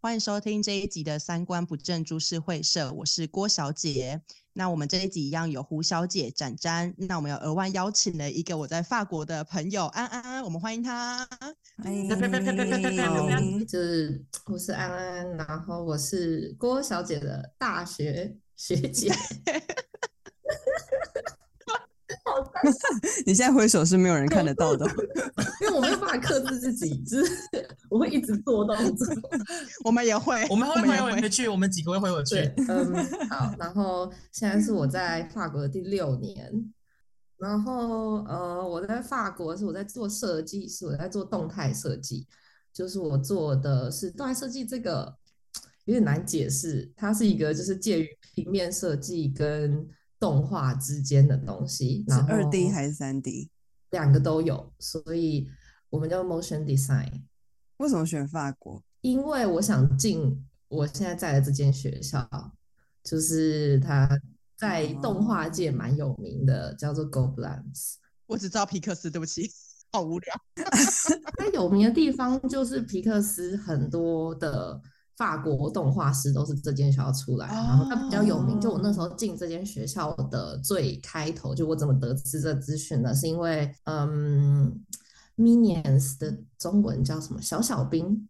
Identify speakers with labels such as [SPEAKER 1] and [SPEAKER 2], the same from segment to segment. [SPEAKER 1] 欢迎收听这一集的《三观不正株式会社》，我是郭小姐。那我们这一集一样有胡小姐、展展，那我们有额外邀请了一个我在法国的朋友安安，我们欢迎她。
[SPEAKER 2] 欢迎
[SPEAKER 3] 啪啪啪啪啪啪啪啪
[SPEAKER 2] 嗯
[SPEAKER 3] 就是我是安安，然后我是郭小姐的大学学姐， 好尴尬
[SPEAKER 2] 你现在挥手是没有人看得到的。
[SPEAKER 3] 因为我没有办法克制自己，就是我会一直做动作。
[SPEAKER 1] 我们也会，
[SPEAKER 4] 我们会
[SPEAKER 1] 也
[SPEAKER 4] 回回去，我们几个会回回
[SPEAKER 3] 对
[SPEAKER 4] 去。，
[SPEAKER 3] 嗯，好，然后现在是我在法国的第六年，然后呃，我在法国是我在做设计，是我在做动态设计，就是我做的是动态设计这个有点难解释，它是一个就是介于平面设计跟动画之间的东西，
[SPEAKER 2] 是
[SPEAKER 3] 然后
[SPEAKER 2] 二 D 还是三 D？
[SPEAKER 3] 两个都有，所以我们叫 motion design。
[SPEAKER 2] 为什么选法国？
[SPEAKER 3] 因为我想进我现在在的这间学校，就是它在动画界蛮有名的，叫做 Goblins。
[SPEAKER 1] 我只知道皮克斯，对不起，好无聊。
[SPEAKER 3] 它有名的地方就是皮克斯很多的法国动画师都是这间学校出来，然后它比较有名。就我那时候进这间学校的最开头，就我怎么得知这资讯呢？是因为嗯，Minions 的中文叫什么？小小兵。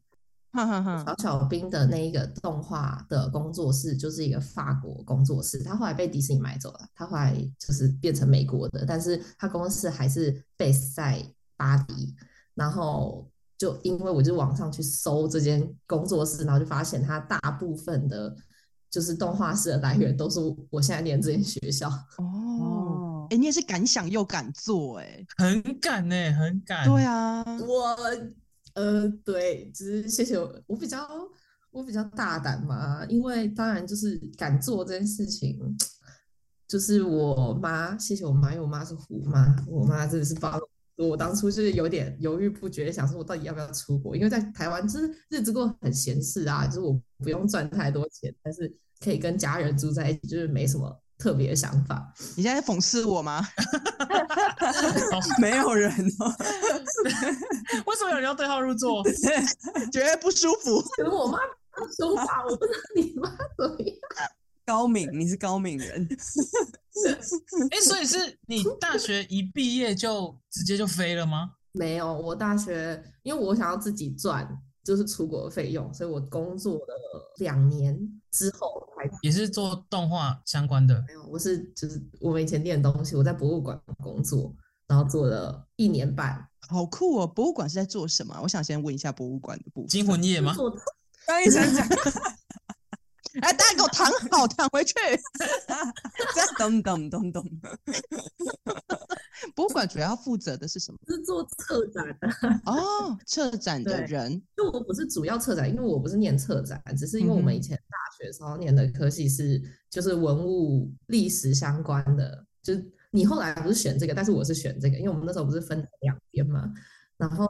[SPEAKER 1] 哈哈哈，
[SPEAKER 3] 小小兵的那一个动画的工作室，就是一个法国工作室，他后来被迪士尼买走了，他后来就是变成美国的，但是他公司还是 base 在巴黎。然后就因为我就网上去搜这间工作室，然后就发现它大部分的，就是动画师的来源都是我现在念这间学校。
[SPEAKER 1] 哦，哎、，你也是敢想又敢做、欸，
[SPEAKER 4] 很赶呢、很赶。
[SPEAKER 1] 哎，对啊，
[SPEAKER 3] 我呃，对，只是谢谢我，我比较我比较大胆嘛，因为当然就是敢做这件事情，就是我妈，谢谢我妈，因为我妈是虎妈，我妈真的是帮我。我当初就是有点犹豫不决，想说我到底要不要出国？因为在台湾就是日子过得很闲适啊，就是我不用赚太多钱，但是可以跟家人住在一起，就是没什么特别的想法。
[SPEAKER 1] 你现在在讽刺我吗？
[SPEAKER 2] 没有人哦。
[SPEAKER 4] 为什么有人要对号入座？
[SPEAKER 1] 觉得不舒服。
[SPEAKER 3] 可是我妈说话，我不知道你妈怎么样。
[SPEAKER 2] 高敏，你是高敏人，
[SPEAKER 4] 哎、所以是你大学一毕业就直接就飞了吗？
[SPEAKER 3] 没有，我大学因为我想要自己赚，就是出国费用，所以我工作了两年之后才
[SPEAKER 4] 也是做动画相关的，
[SPEAKER 3] 没有。我是就是我们以前念的东西，我在博物馆工作，然后做了一年半，
[SPEAKER 1] 好酷哦！博物馆是在做什么啊？我想先问一下博物馆的部分。
[SPEAKER 4] 惊魂夜吗？
[SPEAKER 3] 做
[SPEAKER 2] 刚一想讲，
[SPEAKER 1] 哎，大家给我躺好，躺回去。
[SPEAKER 2] 咚咚咚咚，
[SPEAKER 1] 博物馆主要负责的是什么？
[SPEAKER 3] 是做策展的，
[SPEAKER 1] 哦，策展的
[SPEAKER 3] 对
[SPEAKER 1] 人。
[SPEAKER 3] 就我不是主要策展，因为我不是念策展，只是因为我们以
[SPEAKER 1] 嗯哼
[SPEAKER 3] 前大学时候念的科系是就是文物历史相关的，就是你后来不是选这个，但是我是选这个，因为我们那时候不是分两边嘛，然后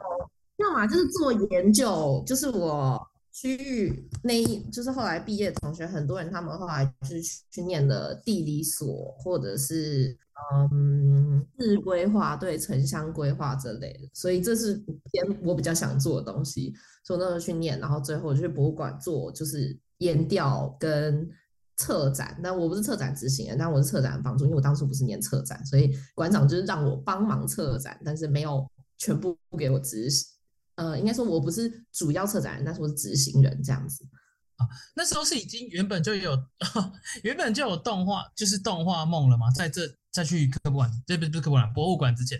[SPEAKER 3] 要么就是做研究，就是我区域那一，就是后来毕业的同学，很多人他们后来就是去去念的地理所，或者是嗯市规划对城乡规划这类的，所以这是偏我比较想做的东西，所以我那时候去念，然后最后我就去博物馆做，就是研调跟。策展，但我不是策展执行人，但我是策展的帮助，因为我当初不是念策展，所以馆长就是让我帮忙策展，但是没有全部给我执行，呃，应该说我不是主要策展人，但是我是执行人这样子。
[SPEAKER 4] 那时候是已经原本就有， 原本就有动画，就是动画梦了吗？在这再去科博馆，这不是不是科博馆，博物馆之前，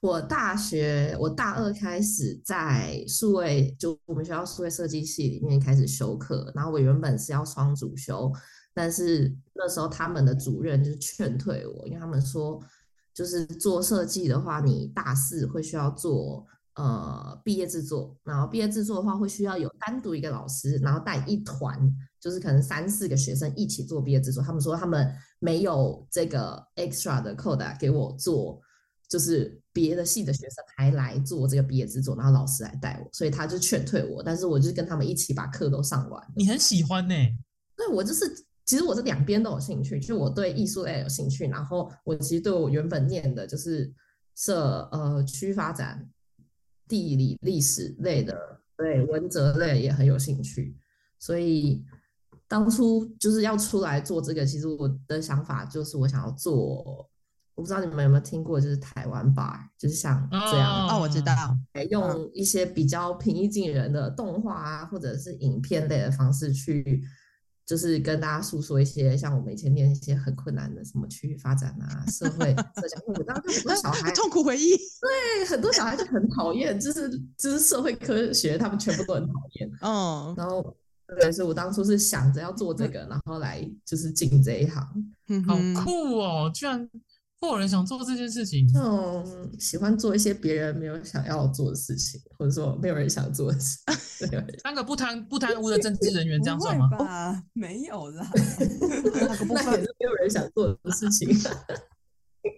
[SPEAKER 3] 我大学，我大二开始在数位，就我们学校数位设计系里面开始修课，然后我原本是要双主修，但是那时候他们的主任就是劝退我，因为他们说，就是做设计的话，你大四会需要做呃毕业制作，然后毕业制作的话会需要有单独一个老师，然后带一团，就是可能三四个学生一起做毕业制作。他们说他们没有这个 extra 的 code 啊给我做。就是别的系的学生还来做这个毕业制作，然后老师来带我，所以他就劝退我。但是我就跟他们一起把课都上完了。
[SPEAKER 4] 你很喜欢呢、
[SPEAKER 3] 对，我就是，其实我是两边都有兴趣，就是我对艺术类有兴趣，然后我其实对我原本念的就是社呃区发展、地理、历史类的，对文哲类也很有兴趣，所以当初就是要出来做这个，其实我的想法就是我想要做，我不知道你们有没有听过，就是台湾吧，就是像这样。
[SPEAKER 1] 哦，我知道，
[SPEAKER 3] 呃用一些比较平易近人的动画啊，或者是影片类的方式去，就是跟大家诉说一些像我们以前念一些很困难的什么区域发展啊、社会社交，因为我知道很多 小孩，
[SPEAKER 1] 痛苦回忆，
[SPEAKER 3] 对很多小孩就很讨厌，就是就是社会科学，他们全部都很讨厌。
[SPEAKER 1] 嗯
[SPEAKER 3] 然后对，所以我当初是想着要做这个，然后来就是进这一行，
[SPEAKER 1] 哼
[SPEAKER 4] 好
[SPEAKER 1] 嗯哼
[SPEAKER 4] 酷哦！居然会有人想做这件事情，
[SPEAKER 3] 那种喜欢做一些别人没有想要做的事情，或者说没有人想做的事 情。对。
[SPEAKER 4] 当个不贪不贪污的政治人员，这样
[SPEAKER 2] 不
[SPEAKER 4] 算
[SPEAKER 2] 会
[SPEAKER 4] 吗？
[SPEAKER 2] 吧？没有啦，
[SPEAKER 1] 那个部
[SPEAKER 3] 那也
[SPEAKER 1] 分。
[SPEAKER 3] 是没有人想做的事情。
[SPEAKER 1] 哎，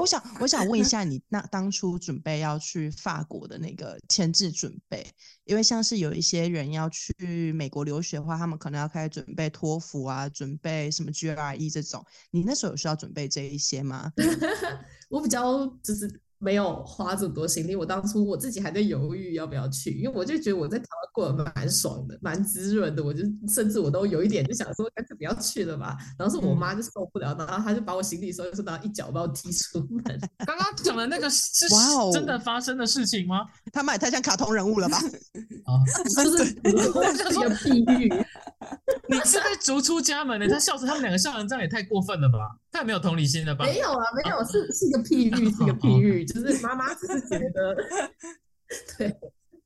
[SPEAKER 1] 我想，我想问一下你，那当初准备要去法国的那个前置准备，因为像是有一些人要去美国留学的话，他们可能要开始准备托福啊，准备什么 GRE 这种，你那时候有需要准备这一些吗？
[SPEAKER 3] 我比较就是没有花这么多心力。我当初我自己还在犹豫要不要去，因为我就觉得我在台湾过得蛮爽的，蛮滋润的。我就甚至我都有一点就想说，干脆不要去了吧。然后是我妈就受不了，然后她就把我行李收一收，然后一脚把我踢出门。
[SPEAKER 4] 刚刚讲的那个是
[SPEAKER 1] 哇哦
[SPEAKER 4] 真的发生的事情吗？
[SPEAKER 1] 他们也太像卡通人物了吧？
[SPEAKER 4] 啊，
[SPEAKER 3] 就是 我就是一个地狱。
[SPEAKER 4] 你是被逐出家 门的，他笑死，他们两个笑成这样也太过分了吧？太没有同理心了吧？
[SPEAKER 3] 没有啊，没有，是是一个譬喻，是一个譬喻，就是妈妈只是觉得。对，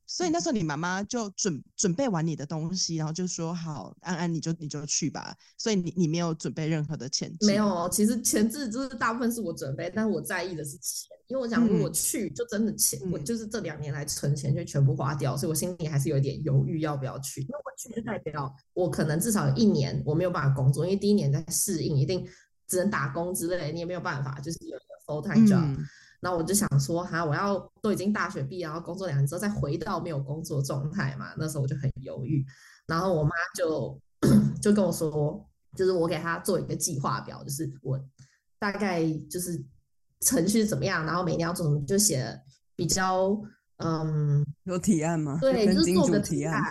[SPEAKER 1] 所以那时候你妈妈就准准备完你的东西，然后就说好，安安你就你就去吧。所以你你没有准备任何的前置，
[SPEAKER 3] 没有，哦其实前置就是大部分是我准备，但是我在意的是钱，因为我想如果
[SPEAKER 1] 嗯
[SPEAKER 3] 去就真的钱，我
[SPEAKER 1] 嗯
[SPEAKER 3] 就是这两年来存钱就全部花掉，所以我心里还是有一点犹豫要不要去。那我去就代表我可能至少有一年我没有办法工作，因为第一年在适应，一定只能打工之类，你也没有办法就是有一个 full time job。
[SPEAKER 1] 嗯，
[SPEAKER 3] 然后我就想说，哈，我要都已经大学毕业，然后工作两年之后再回到没有工作状态嘛，那时候我就很犹豫。然后我妈就 就跟我说，就是我给她做一个计划表，就是我大概就是程序怎么样，然后每天要做什么，就写比较嗯
[SPEAKER 2] 有提案吗？
[SPEAKER 3] 对，
[SPEAKER 2] 跟
[SPEAKER 3] 就是
[SPEAKER 2] 金
[SPEAKER 3] 做
[SPEAKER 2] 主
[SPEAKER 3] 个
[SPEAKER 2] 提案。。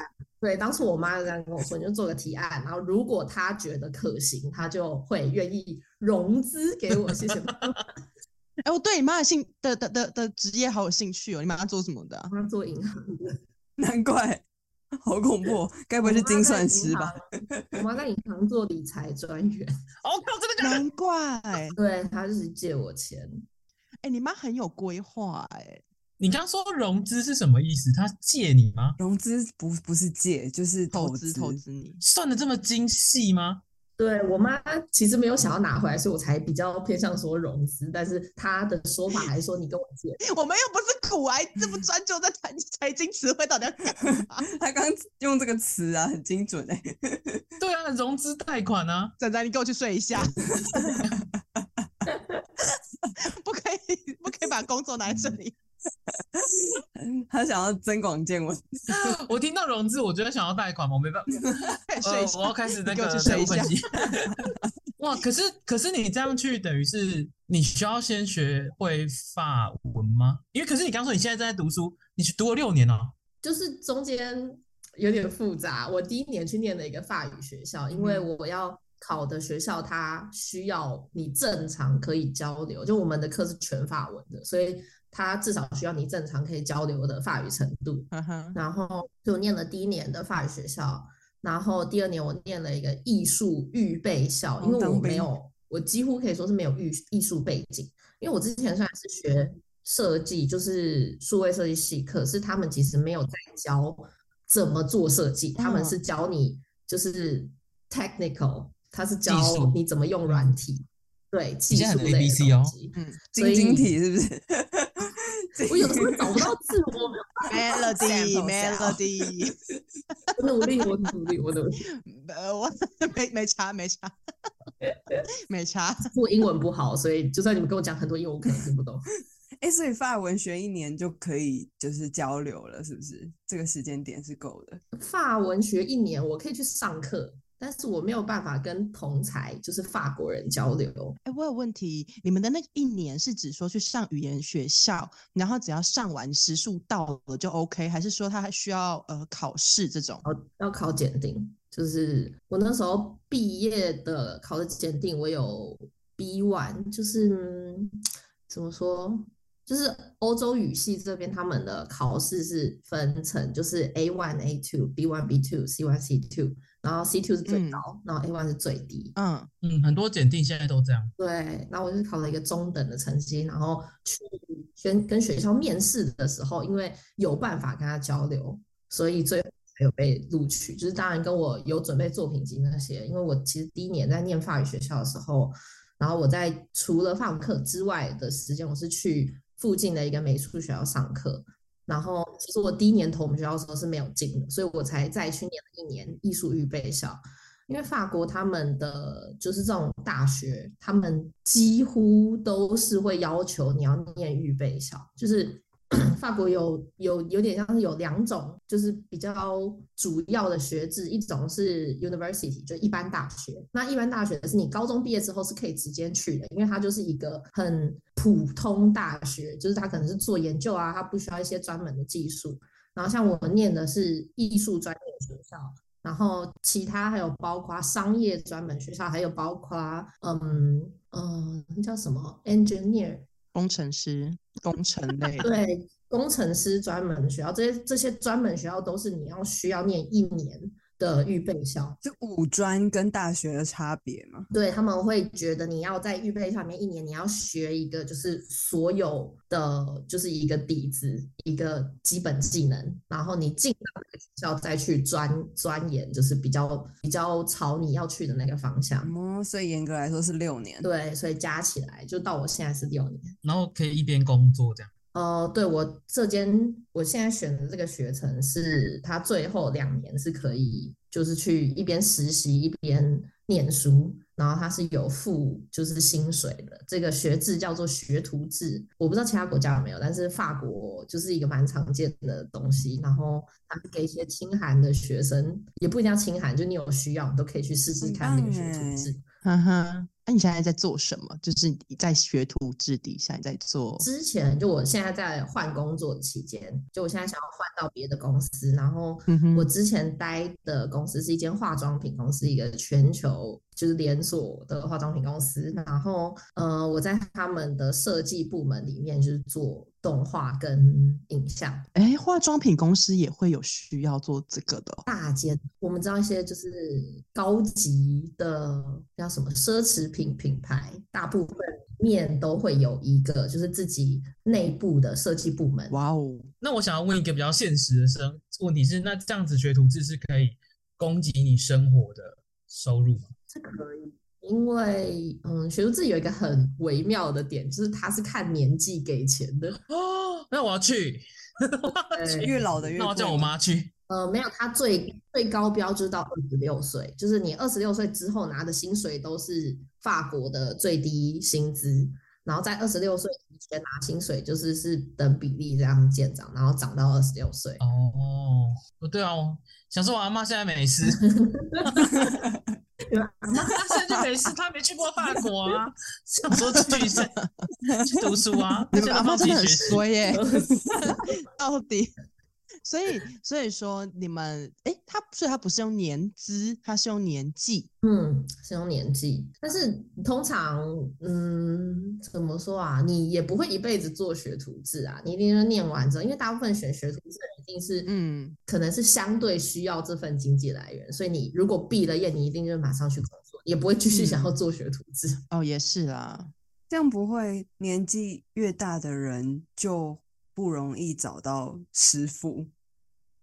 [SPEAKER 3] 对，当初我妈就这样跟我说，你就做个提案，然后如果她觉得可行，她就会愿意融资给我。谢谢妈妈。
[SPEAKER 1] 哎，我对你妈的兴的的的的职业好有兴趣哦，你妈妈做什么的啊、
[SPEAKER 3] 妈做银行的，
[SPEAKER 2] 难怪，好恐怖哦，该不会是精算师吧？
[SPEAKER 3] 我妈在银行？我妈在银行做理财专员，
[SPEAKER 4] 哦，靠，真的假的？
[SPEAKER 1] 难怪，哎、
[SPEAKER 3] 对，她就是借我钱。
[SPEAKER 1] 你妈很有规划、哎，
[SPEAKER 4] 你刚刚说融资是什么意思？他借你吗？
[SPEAKER 2] 融资不不是借，就是
[SPEAKER 1] 投
[SPEAKER 2] 资
[SPEAKER 1] 资投资你，
[SPEAKER 4] 算的这么精细吗？
[SPEAKER 3] 对我妈其实没有想要拿回来，所以我才比较偏向说融资，但是她的说法还是说你跟我借，
[SPEAKER 1] 我们又不是苦癌这么专注在谈财经词汇，到底要干嘛？
[SPEAKER 2] 他刚用这个词啊，很精准哎、
[SPEAKER 4] 对啊，融资贷款啊，
[SPEAKER 1] 仔仔，你给我去睡一下， 不可以，不可以把工作拿在这里。
[SPEAKER 2] 他想要增广见闻，
[SPEAKER 4] 我听到融资，我觉得想要贷款，我没办法，
[SPEAKER 1] 快睡
[SPEAKER 4] 呃
[SPEAKER 1] 一，下
[SPEAKER 4] 我要开始那
[SPEAKER 1] 你给我
[SPEAKER 4] 个
[SPEAKER 1] 去
[SPEAKER 4] 财
[SPEAKER 1] 睡
[SPEAKER 4] 务
[SPEAKER 1] 一
[SPEAKER 4] 分
[SPEAKER 1] 下
[SPEAKER 4] 析。 哇，可是可是你这样去，等于是你需要先学会法文吗？因为可是你刚说你现在正在读书，你去读了六年哦。
[SPEAKER 3] 就是中间有点复杂。我第一年去念了一个法语学校，因为
[SPEAKER 2] 嗯
[SPEAKER 3] 我要考的学校它需要你正常可以交流，就我们的课是全法文的，所以它至少需要你正常可以交流的法语程度。
[SPEAKER 1] 嗯 哼
[SPEAKER 3] 然后就念了第一年的法语学校，然后第二年我念了一个艺术预备校，因
[SPEAKER 2] 哦
[SPEAKER 3] 为
[SPEAKER 2] 当
[SPEAKER 3] 我没
[SPEAKER 2] 兵
[SPEAKER 3] 有，我几乎可以说是没有艺艺术背景，因为我之前虽然是学设计，就是数位设计系，可是他们其实没有在教怎么做设计，他们
[SPEAKER 1] 嗯
[SPEAKER 3] 是教你就是 technical，他是教
[SPEAKER 4] 术
[SPEAKER 3] 你怎么用软体，对技
[SPEAKER 4] 现在
[SPEAKER 3] 术
[SPEAKER 4] 很
[SPEAKER 3] 类的
[SPEAKER 4] ABC
[SPEAKER 3] 东
[SPEAKER 4] 哦
[SPEAKER 3] 西。
[SPEAKER 1] 嗯
[SPEAKER 3] 所
[SPEAKER 2] 晶晶
[SPEAKER 3] 以
[SPEAKER 2] 体是不 是？
[SPEAKER 3] 我有时候找不到字，我
[SPEAKER 2] 吓到吓到
[SPEAKER 1] ，melody，melody，
[SPEAKER 3] 我努力，我努力，我努力。
[SPEAKER 1] 呃，我 没没查，没查， 没查。
[SPEAKER 3] 我英文不好， 所以就算你们跟我讲很多英文，我可能听不懂。
[SPEAKER 2] 哎、所以法文学一年就可以就是交流了，是不是？这个时间点是够的。
[SPEAKER 3] 法文学一年，我可以去上课，但是我没有办法跟同才，就是法国人交流。
[SPEAKER 1] 哎，我有问题，你们的那个一年是指说去上语言学校，然后只要上完时数到了就 OK，还是说他还需要呃考试这种？
[SPEAKER 3] 要考检定，就是我那时候毕业的考的检定，我有 B one，就是嗯怎么说，就是欧洲语系这边他们的考试是分成，就是 A one、A two、B one、B two、C one、C two，然后 C two 是最
[SPEAKER 1] 嗯
[SPEAKER 3] 高，然后 A one 是最低。
[SPEAKER 1] 嗯，
[SPEAKER 4] 嗯，很多检定现在都这样。
[SPEAKER 3] 对，然后我就是考了一个中等的成绩，然后去跟跟学校面试的时候，因为有办法跟他交流，所以最后才有被录取。就是当然跟我有准备作品集那些，因为我其实第一年在念法语学校的时候，然后我在除了法文课之外的时间，我是去附近的一个美术学校上课。然后其实我第一年投我们学校的时候是没有进的，所以我才再去念了一年艺术预备校。因为法国他们的就是这种大学，他们几乎都是会要求你要念预备校，就是 法国有有有点像是有两种，就是比较主要的学制，一种是 university，就一般大学。那一般大学是你高中毕业之后是可以直接去的，因为它就是一个很普通大学，就是它可能是做研究啊，它不需要一些专门的技术。然后像我们念的是艺术专业学校，然后其他还有包括商业专门学校，还有包括嗯嗯、那叫什么 engineer，，
[SPEAKER 1] 工程师、工程类
[SPEAKER 3] 对，工程师专门学校，这些这些专门学校都是你要需要念一年的预备校。
[SPEAKER 2] 就五专跟大学的差别嘛。
[SPEAKER 3] 对，他们会觉得你要在预备校里面一年，你要学一个就是所有的就是一个底子，一个基本技能，然后你进到那个学校再去钻钻研，就是比较比较朝你要去的那个方向。
[SPEAKER 2] 哦，所以严格来说是六年。
[SPEAKER 3] 对，所以加起来就到我现在是六年。
[SPEAKER 4] 然后可以一边工作这样。
[SPEAKER 3] 呃，对，我这间我现在选的这个学程是，它最后两年是可以就是去一边实习一边念书，然后它是有付就是薪水的。这个学制叫做学徒制，我不知道其他国家有没有，但是法国就是一个蛮常见的东西。然后它会给一些清寒的学生，也不一定要清寒，就你有需要，你都可以去试试
[SPEAKER 2] 很
[SPEAKER 3] 看那个
[SPEAKER 2] 棒
[SPEAKER 3] 学徒
[SPEAKER 2] 欸
[SPEAKER 3] 制。
[SPEAKER 1] 哈哈。嗯那、你现在在做什么？就是你在学徒制底下，你在做
[SPEAKER 3] 之前就我现在在换工作的期间，就我现在想要换到别的公司，然后
[SPEAKER 1] 嗯哼
[SPEAKER 3] 我之前待的公司是一间化妆品公司，一个全球就是连锁的化妆品公司，然后呃我在他们的设计部门里面就是做动画跟影像，
[SPEAKER 1] 哎，化妆品公司也会有需要做这个的哦、
[SPEAKER 4] 啊
[SPEAKER 3] 大间，我们知道一些就是高级的叫什么奢侈品品牌，大部分里面都会有一个就是自己内部的设计部门。
[SPEAKER 1] 哇哦，
[SPEAKER 4] 那我想要问一个比较现实的生问题是，那这样子学徒制是可以供给你生活的收入吗？
[SPEAKER 3] 是可以，因为嗯，学徒制有一个很微妙的点，就是它是看年纪给钱的。
[SPEAKER 4] 哦，那我要去，
[SPEAKER 3] 对，
[SPEAKER 2] 越老的越
[SPEAKER 4] 那我要
[SPEAKER 2] 贵
[SPEAKER 4] 叫我妈去。
[SPEAKER 3] 呃，没有，它最最高标就是到二十六岁，就是你二十六岁之后拿的薪水都是法国的最低薪资，然后在二十六岁以前拿薪水就是是等比例这样渐涨，然后涨到二十六岁。
[SPEAKER 4] 哦，不对啊，我想说我阿妈现在 没事，
[SPEAKER 3] 因为
[SPEAKER 4] 她现在就没事，她没去过法国啊，想说去一下去读书啊。
[SPEAKER 1] 你
[SPEAKER 4] 去
[SPEAKER 1] 们
[SPEAKER 4] 跟
[SPEAKER 1] 哦阿妈
[SPEAKER 4] 放
[SPEAKER 1] 真
[SPEAKER 4] 弃
[SPEAKER 1] 的很
[SPEAKER 4] 学习
[SPEAKER 1] 衰耶、 到底。所以，所以说你们，哎，他所以他不是用年资，他是用年纪，
[SPEAKER 3] 嗯，是用年纪，但是通常，嗯，怎么说啊？你也不会一辈子做学徒制啊，你一定是念完之后，因为大部分选学徒制的人一定是，
[SPEAKER 1] 嗯，
[SPEAKER 3] 可能是相对需要这份经济来源，所以你如果毕了业，你一定就马上去工作，也不会继续想要做学徒制。
[SPEAKER 1] 哦，也是啦，
[SPEAKER 2] 这样不会年纪越大的人就不容易找到师傅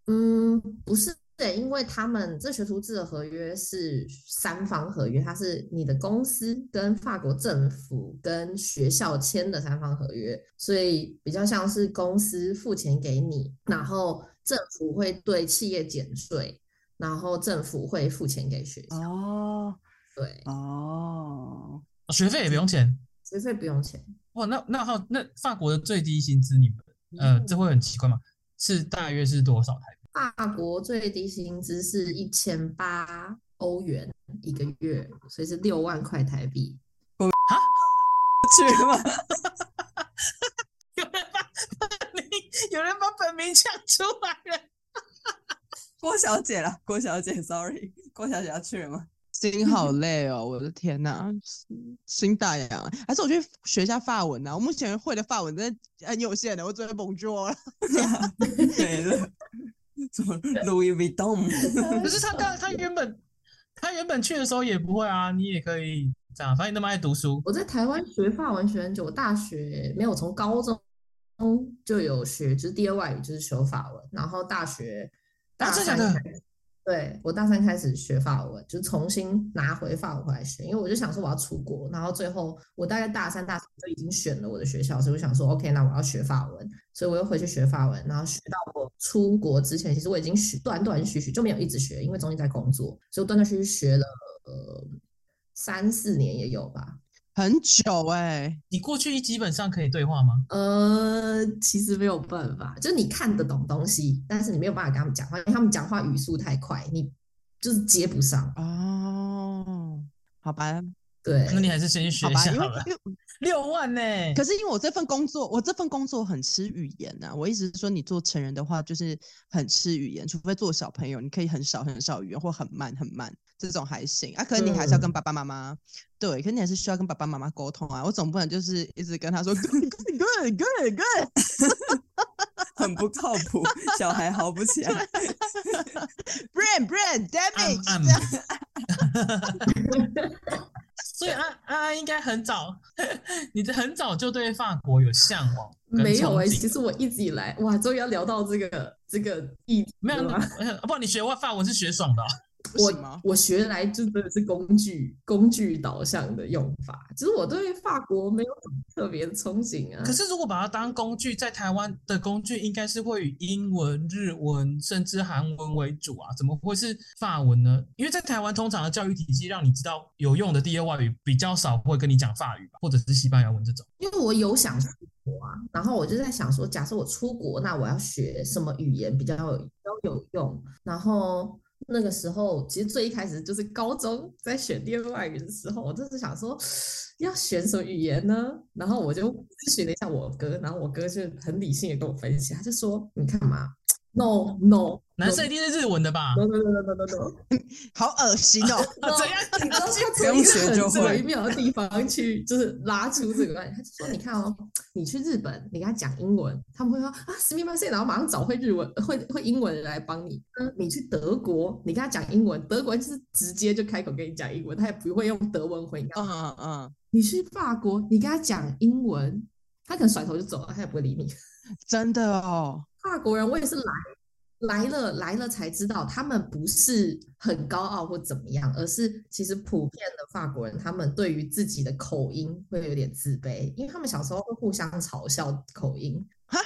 [SPEAKER 3] 嗯，不是的，因为他们这学徒制的合约是三方合约，它是你的公司跟法国政府跟学校签的三方合约，所以比较像是公司付钱给你，然后政府会对企业减税，然后政府会付钱给学校，
[SPEAKER 2] 哦
[SPEAKER 3] 对，
[SPEAKER 2] 哦，
[SPEAKER 4] 学费也不用钱。
[SPEAKER 3] 学费不用钱。
[SPEAKER 4] 哇，那那好，那法国的最低薪资你们，呃，这会很奇怪吗？是大约是多少台币？
[SPEAKER 3] 法国最低薪资是一千八欧元一个月，所以是六万块台币。
[SPEAKER 2] 去吗？
[SPEAKER 4] 有人把本名，有人 把本名讲出来了。
[SPEAKER 2] 郭小姐啦，郭小姐，sorry， 郭小姐要去了吗？
[SPEAKER 1] 心好累哦，我的天呐，心大呀！还是我去学一下法文啊？我目前会的法文真的很有限的，我只会 b o n 了。
[SPEAKER 2] 没 了，什么 Louis Vuitton？
[SPEAKER 4] 可是他刚他原本他原本去的时候也不会啊，你也可以这样，反正你那么爱读书，
[SPEAKER 3] 我在台湾学法文学很久，我大学没有从高中就有学，就是第二外语就是修法文，然后大学大
[SPEAKER 4] 啊真的假
[SPEAKER 3] 三
[SPEAKER 4] 的
[SPEAKER 3] 开始，对我大三开始学法文，就重新拿回法文回来学，因为我就想说我要出国，然后最后我大概大三大四就已经选了我的学校，所以我想说 OK，那我要学法文，所以我又回去学法文，然后学到我出国之前，其实我已经学断断续续就没有一直学，因为中间在工作，所以我断断续续学了呃三四年也有吧。
[SPEAKER 1] 很久哎、
[SPEAKER 4] 你过去基本上可以对话吗？
[SPEAKER 3] 呃，其实没有办法，就是你看得懂东西，但是你没有办法跟他们讲话，因为他们讲话语速太快，你就是接不上。
[SPEAKER 1] 哦，好吧，
[SPEAKER 3] 对，
[SPEAKER 4] 那你还是先去学
[SPEAKER 1] 好
[SPEAKER 4] 一
[SPEAKER 1] 吧，
[SPEAKER 4] 下
[SPEAKER 1] 因为
[SPEAKER 4] 好了。
[SPEAKER 1] 因为
[SPEAKER 4] 六万呢、
[SPEAKER 1] 可是因为我这份工作，我这份工作很吃语言呐、我一直说，你做成人的话就是很吃语言，除非做小朋友，你可以很少很少语言或很慢很慢这种还行啊。可是你还是要跟爸爸妈妈、对，可是你还是需要跟爸爸妈妈沟通啊。我总不能就是一直跟他说 good good good good good，
[SPEAKER 2] 很不靠谱，小孩好不起来。
[SPEAKER 1] brain brain
[SPEAKER 4] 暗
[SPEAKER 1] damage
[SPEAKER 4] 暗
[SPEAKER 1] 这样。
[SPEAKER 4] 所以安安安应该很早， 你这很早就对法国有向往跟
[SPEAKER 3] 没有
[SPEAKER 4] 憧
[SPEAKER 3] 哎、
[SPEAKER 4] 憬
[SPEAKER 3] 其实我一直以来，哇，终于要聊到这个这个议题
[SPEAKER 4] 没有，
[SPEAKER 3] 了
[SPEAKER 4] 那
[SPEAKER 3] 吗。
[SPEAKER 4] 呃不然你学外法文是学爽的哦、
[SPEAKER 1] 不行
[SPEAKER 3] 我
[SPEAKER 1] 吗
[SPEAKER 3] 我学来就真的是工具工具导向的用法，其实我对法国没有什么特别的憧憬啊。
[SPEAKER 4] 可是如果把它当工具，在台湾的工具应该是会以英文、日文甚至韩文为主啊，怎么会是法文呢？因为在台湾通常的教育体系让你知道有用的第二外语比较少会跟你讲法语吧，或者是西班牙文这种。
[SPEAKER 3] 因为我有想出国啊，然后我就在想说，假设我出国，那我要学什么语言比较有比较有用？然后那个时候，其实最一开始就是高中在选第二外语的时候，我就是想说要选什么语言呢？然后我就咨询了一下我哥，然后我哥就很理性的跟我分析，他就说：“你看嘛，no no，
[SPEAKER 4] 男生一定是日文的吧
[SPEAKER 3] no？no no no no no，
[SPEAKER 1] 好恶心哦！
[SPEAKER 4] 啊，怎样？
[SPEAKER 3] 你知道他
[SPEAKER 2] 不
[SPEAKER 3] 从
[SPEAKER 2] 用
[SPEAKER 3] 一个
[SPEAKER 2] 学就
[SPEAKER 3] 很
[SPEAKER 2] 会
[SPEAKER 3] 微妙的地方去，就是拉出这个关系。 他就说：“你看哦，你去日本，你跟他讲英文，他们会说啊，すみません，然后马上找会日文、 会会英文的人来帮你。嗯，你去德国，你跟他讲英文，德国人就是直接就开口跟你讲英文，他也不会用德文回你。啊
[SPEAKER 2] 哦
[SPEAKER 1] 嗯嗯嗯，
[SPEAKER 3] 你去法国，你跟他讲英文，他可能甩头就走了，他也不会理你。
[SPEAKER 1] 真的哦，
[SPEAKER 3] 法国人我也是来来了来了才知道，他们不是很高傲或怎么样，而是其实普遍的法国人，他们对于自己的口音会有点自卑，因为他们小时候会互相嘲笑口音
[SPEAKER 1] 哈，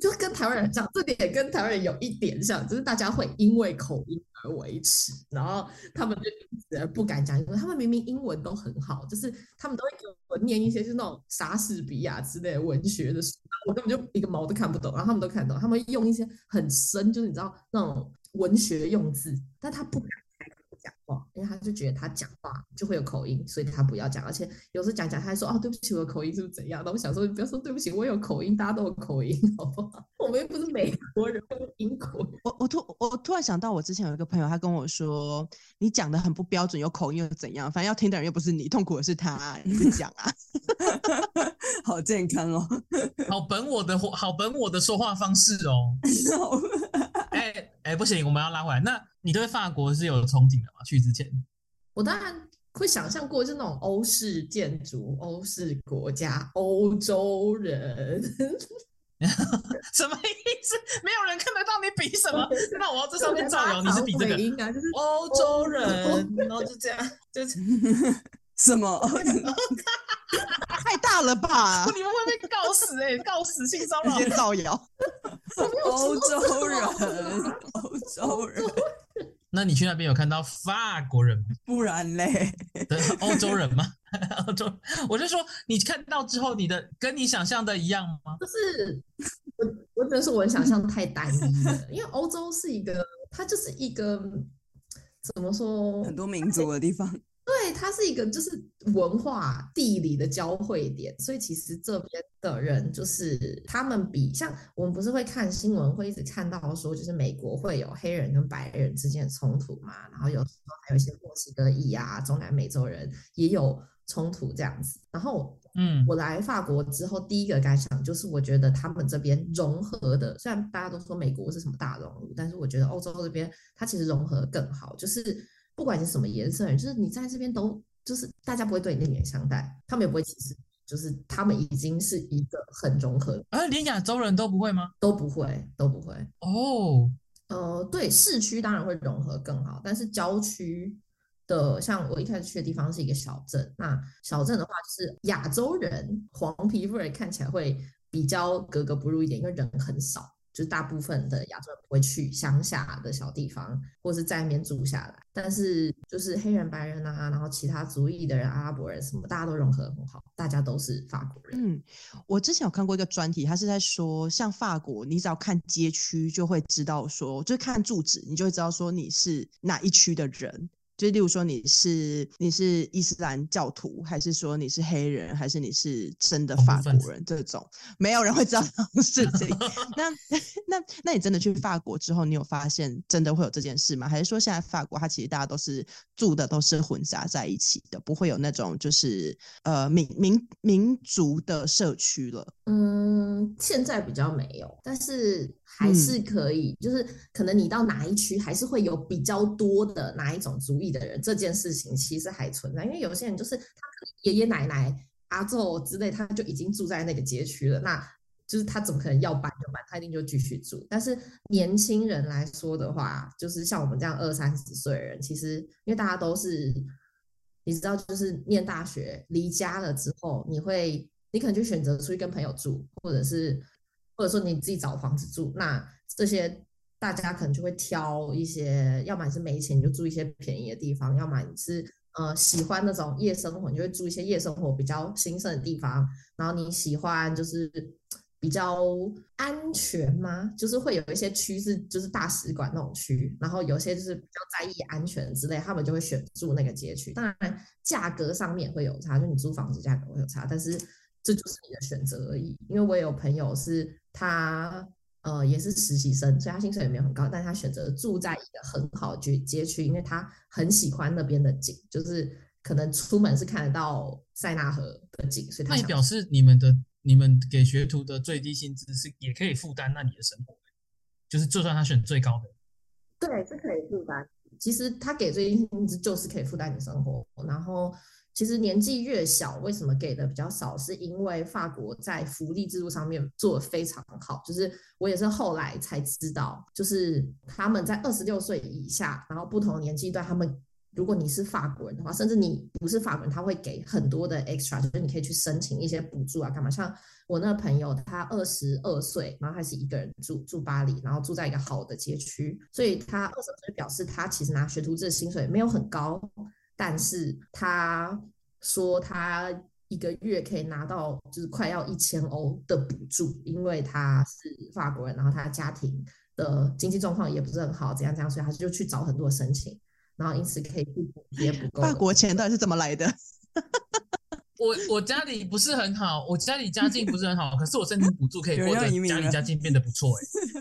[SPEAKER 3] 就跟台湾人很像，这点跟台湾人有一点像，就是大家会因为口音而维持，然后他们就因此而不敢讲英文，他们明明英文都很好，就是他们都会给我念一些就是那种莎士比亚之类的文学的书。我根本就一个毛都看不懂，然后他们都看得懂，他们会用一些很深，就是你知道那种文学用字，但他不敢开口讲话，因为他就觉得他讲话就会有口音，所以他不要讲，而且有时候讲讲他还说哦对不起我的口音是不是怎样的，我想说你不要说对不起我有口音，大家都有口音好不好？ 我们又不是美国人，我们英国人，
[SPEAKER 1] 我我突我突然想到，我之前有一个朋友，他跟我说，你讲的很不标准，有口音又怎样？反正要听的人又不是你，痛苦的是他，你自己讲啊。
[SPEAKER 2] 好健康哦，
[SPEAKER 4] 好本我的好本我的说话方式哦。哎哎、不行，我们要拉回来。那你对法国是有憧憬的吗？去之前，
[SPEAKER 3] 我当然会想象过就那种欧式建筑、欧式国家、欧洲人。
[SPEAKER 4] 什么意思？没有人看得到你比 什么？那我要在啊上面造谣，你是比这
[SPEAKER 3] 尾
[SPEAKER 4] 个
[SPEAKER 3] 音啊，就是
[SPEAKER 4] 欧洲 人，然后就这样，就是你
[SPEAKER 2] 什 么？
[SPEAKER 1] 太大了吧
[SPEAKER 4] 哦？们会被告死哎、 告死性骚扰
[SPEAKER 1] 直。接造谣。
[SPEAKER 2] 欧洲 人，欧洲人，
[SPEAKER 4] 那你去那边有看到法国人吗？
[SPEAKER 2] 不然嘞，
[SPEAKER 4] 对欧洲人 吗？欧洲，我就说你看到之后，你的跟你想象的一样吗？
[SPEAKER 3] 就是我，我只能说我的想象太单一了，因为欧洲是一个，它就是一个怎么说？
[SPEAKER 2] 很多民族的地方，
[SPEAKER 3] 对，对，它是一个就是文化地理的交汇点，所以其实这边的人就是他们比像我们不是会看新闻，会一直看到说就是美国会有黑人跟白人之间的冲突嘛，然后有时候还有一些墨西哥裔啊、中南美洲人也有冲突这样子。然后
[SPEAKER 4] 嗯，
[SPEAKER 3] 我来法国之后，第一个感想就是，我觉得他们这边融合的，虽然大家都说美国是什么大熔炉，但是我觉得欧洲这边它其实融合得更好，就是不管你什么颜色的人，就是你在这边都就是大家不会对你另眼相待，他们也不会歧视，就是他们已经是一个很融合，
[SPEAKER 4] 啊，连亚洲人都不会吗？
[SPEAKER 3] 都不会都不会。
[SPEAKER 4] 哦，
[SPEAKER 3] 呃，对，市区当然会融合更好，但是郊区的，像我一开始去的地方是一个小镇，那小镇的话就是亚洲人、黄皮肤人看起来会比较格格不入一点，因为人很少，就是大部分的亚洲人不会去乡下的小地方，或是在那边住下来。但是就是黑人、白人啊，然后其他族裔的人、阿拉伯人什么，大家都融合得很好，大家都是法国人。
[SPEAKER 1] 嗯，我之前有看过一个专题，他是在说，像法国，你只要看街区就会知道说，就是看住址，你就会知道说你是哪一区的人。就例如说你是你是伊斯兰教徒，还是说你是黑人，还是你是真的
[SPEAKER 4] 恐怖
[SPEAKER 1] 法
[SPEAKER 4] 分
[SPEAKER 1] 国人，这种没有人会知道这种事情。那那那你真的去法国之后，你有发现真的会有这件事吗？还是说现在法国它其实大家都是住的都是混杂在一起的，不会有那种就是呃民民民族的社区了？
[SPEAKER 3] 嗯，现在比较没有，但是还
[SPEAKER 1] 嗯
[SPEAKER 3] 是可以，就是可能你到哪一区，还是会有比较多的哪一种族裔的人，这件事情其实还存在，因为有些人就是他可能爷爷奶奶、阿昼之类，他就已经住在那个街区了，那就是他怎么可能要搬就搬，他一定就继续住。但是年轻人来说的话，就是像我们这样二三十岁的人，其实因为大家都是，你知道，就是念大学离家了之后，你会你可能就选择出去跟朋友住，或者是或者说你自己找房子住，那这些。大家可能就会挑一些，要么你是没钱你就住一些便宜的地方，要么你是呃喜欢那种夜生活，你就会住一些夜生活比较兴盛的地方，然后你喜欢就是比较安全吗？就是会有一些区是就是大使馆那种区，然后有些就是比较在意安全之类，他们就会选住那个街区。当然，价格上面也会有差，就你租房子价格会有差，但是这就是你的选择而已。因为我也有朋友是他。呃，也是实习生，所以他薪水也没有很高，但他选择住在一个很好的街街区，因为他很喜欢那边的景，就是可能出门是看得到塞纳河的景，所以他
[SPEAKER 4] 那也
[SPEAKER 3] 想
[SPEAKER 4] 表示你们的你们给学徒的最低薪资是也可以负担那里的生活，就是就算他选最高的，
[SPEAKER 3] 对，是可以负担。其实他给最低薪资就是可以负担你的生活。然后，其实年纪越小，为什么给的比较少？是因为法国在福利制度上面做得非常好。就是我也是后来才知道，就是他们在二十六岁以下，然后不同年纪段，他们如果你是法国人的话，甚至你不是法国人，他会给很多的 extra，就是你可以去申请一些补助啊，干嘛？像我那个朋友，他二十二岁，然后他是一个人住住巴黎，然后住在一个好的街区，所以他二十二岁表示他其实拿学徒制的薪水没有很高，但是他说他一个月可以拿到就是快要一千欧的补助，因为他是法国人，然后他家庭的经济状况也不是很好，怎样怎样，所以他就去找很多申请，然后因此可以去补贴不够的
[SPEAKER 1] 法国
[SPEAKER 3] 部
[SPEAKER 1] 钱
[SPEAKER 3] 分
[SPEAKER 1] 到底是怎么来的？
[SPEAKER 4] 我我家里不是很好，我家里家境不是很 好，可是我申请补助可以
[SPEAKER 2] 有
[SPEAKER 4] 过
[SPEAKER 2] 人要
[SPEAKER 4] 着
[SPEAKER 2] 移民
[SPEAKER 4] 家里
[SPEAKER 2] 了
[SPEAKER 4] 家境变得不错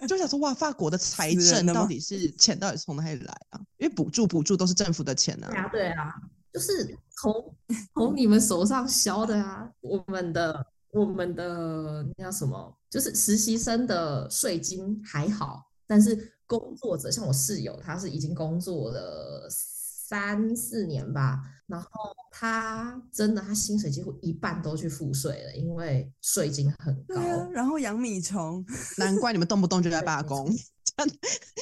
[SPEAKER 4] 哎、
[SPEAKER 1] 就想说哇，法国的财
[SPEAKER 2] 死人
[SPEAKER 1] 政
[SPEAKER 2] 了
[SPEAKER 1] 到
[SPEAKER 2] 吗
[SPEAKER 1] 底是钱到底从哪里来啊？因为补助补助都是政府的钱
[SPEAKER 3] 对
[SPEAKER 1] 啊。
[SPEAKER 3] 啊，对啊，就是从从你们手上削的啊，我们的我们的那叫什么？就是实习生的税金还好，但是工作者像我室友，他是已经工作了三四年吧，然后他真的他薪水几乎一半都去付税了，因为税金很
[SPEAKER 2] 对
[SPEAKER 3] 高。
[SPEAKER 2] 啊，然后养米 虫，
[SPEAKER 1] 难怪你们动不动就在
[SPEAKER 3] 对
[SPEAKER 1] 罢
[SPEAKER 3] 没 错
[SPEAKER 1] 工，真的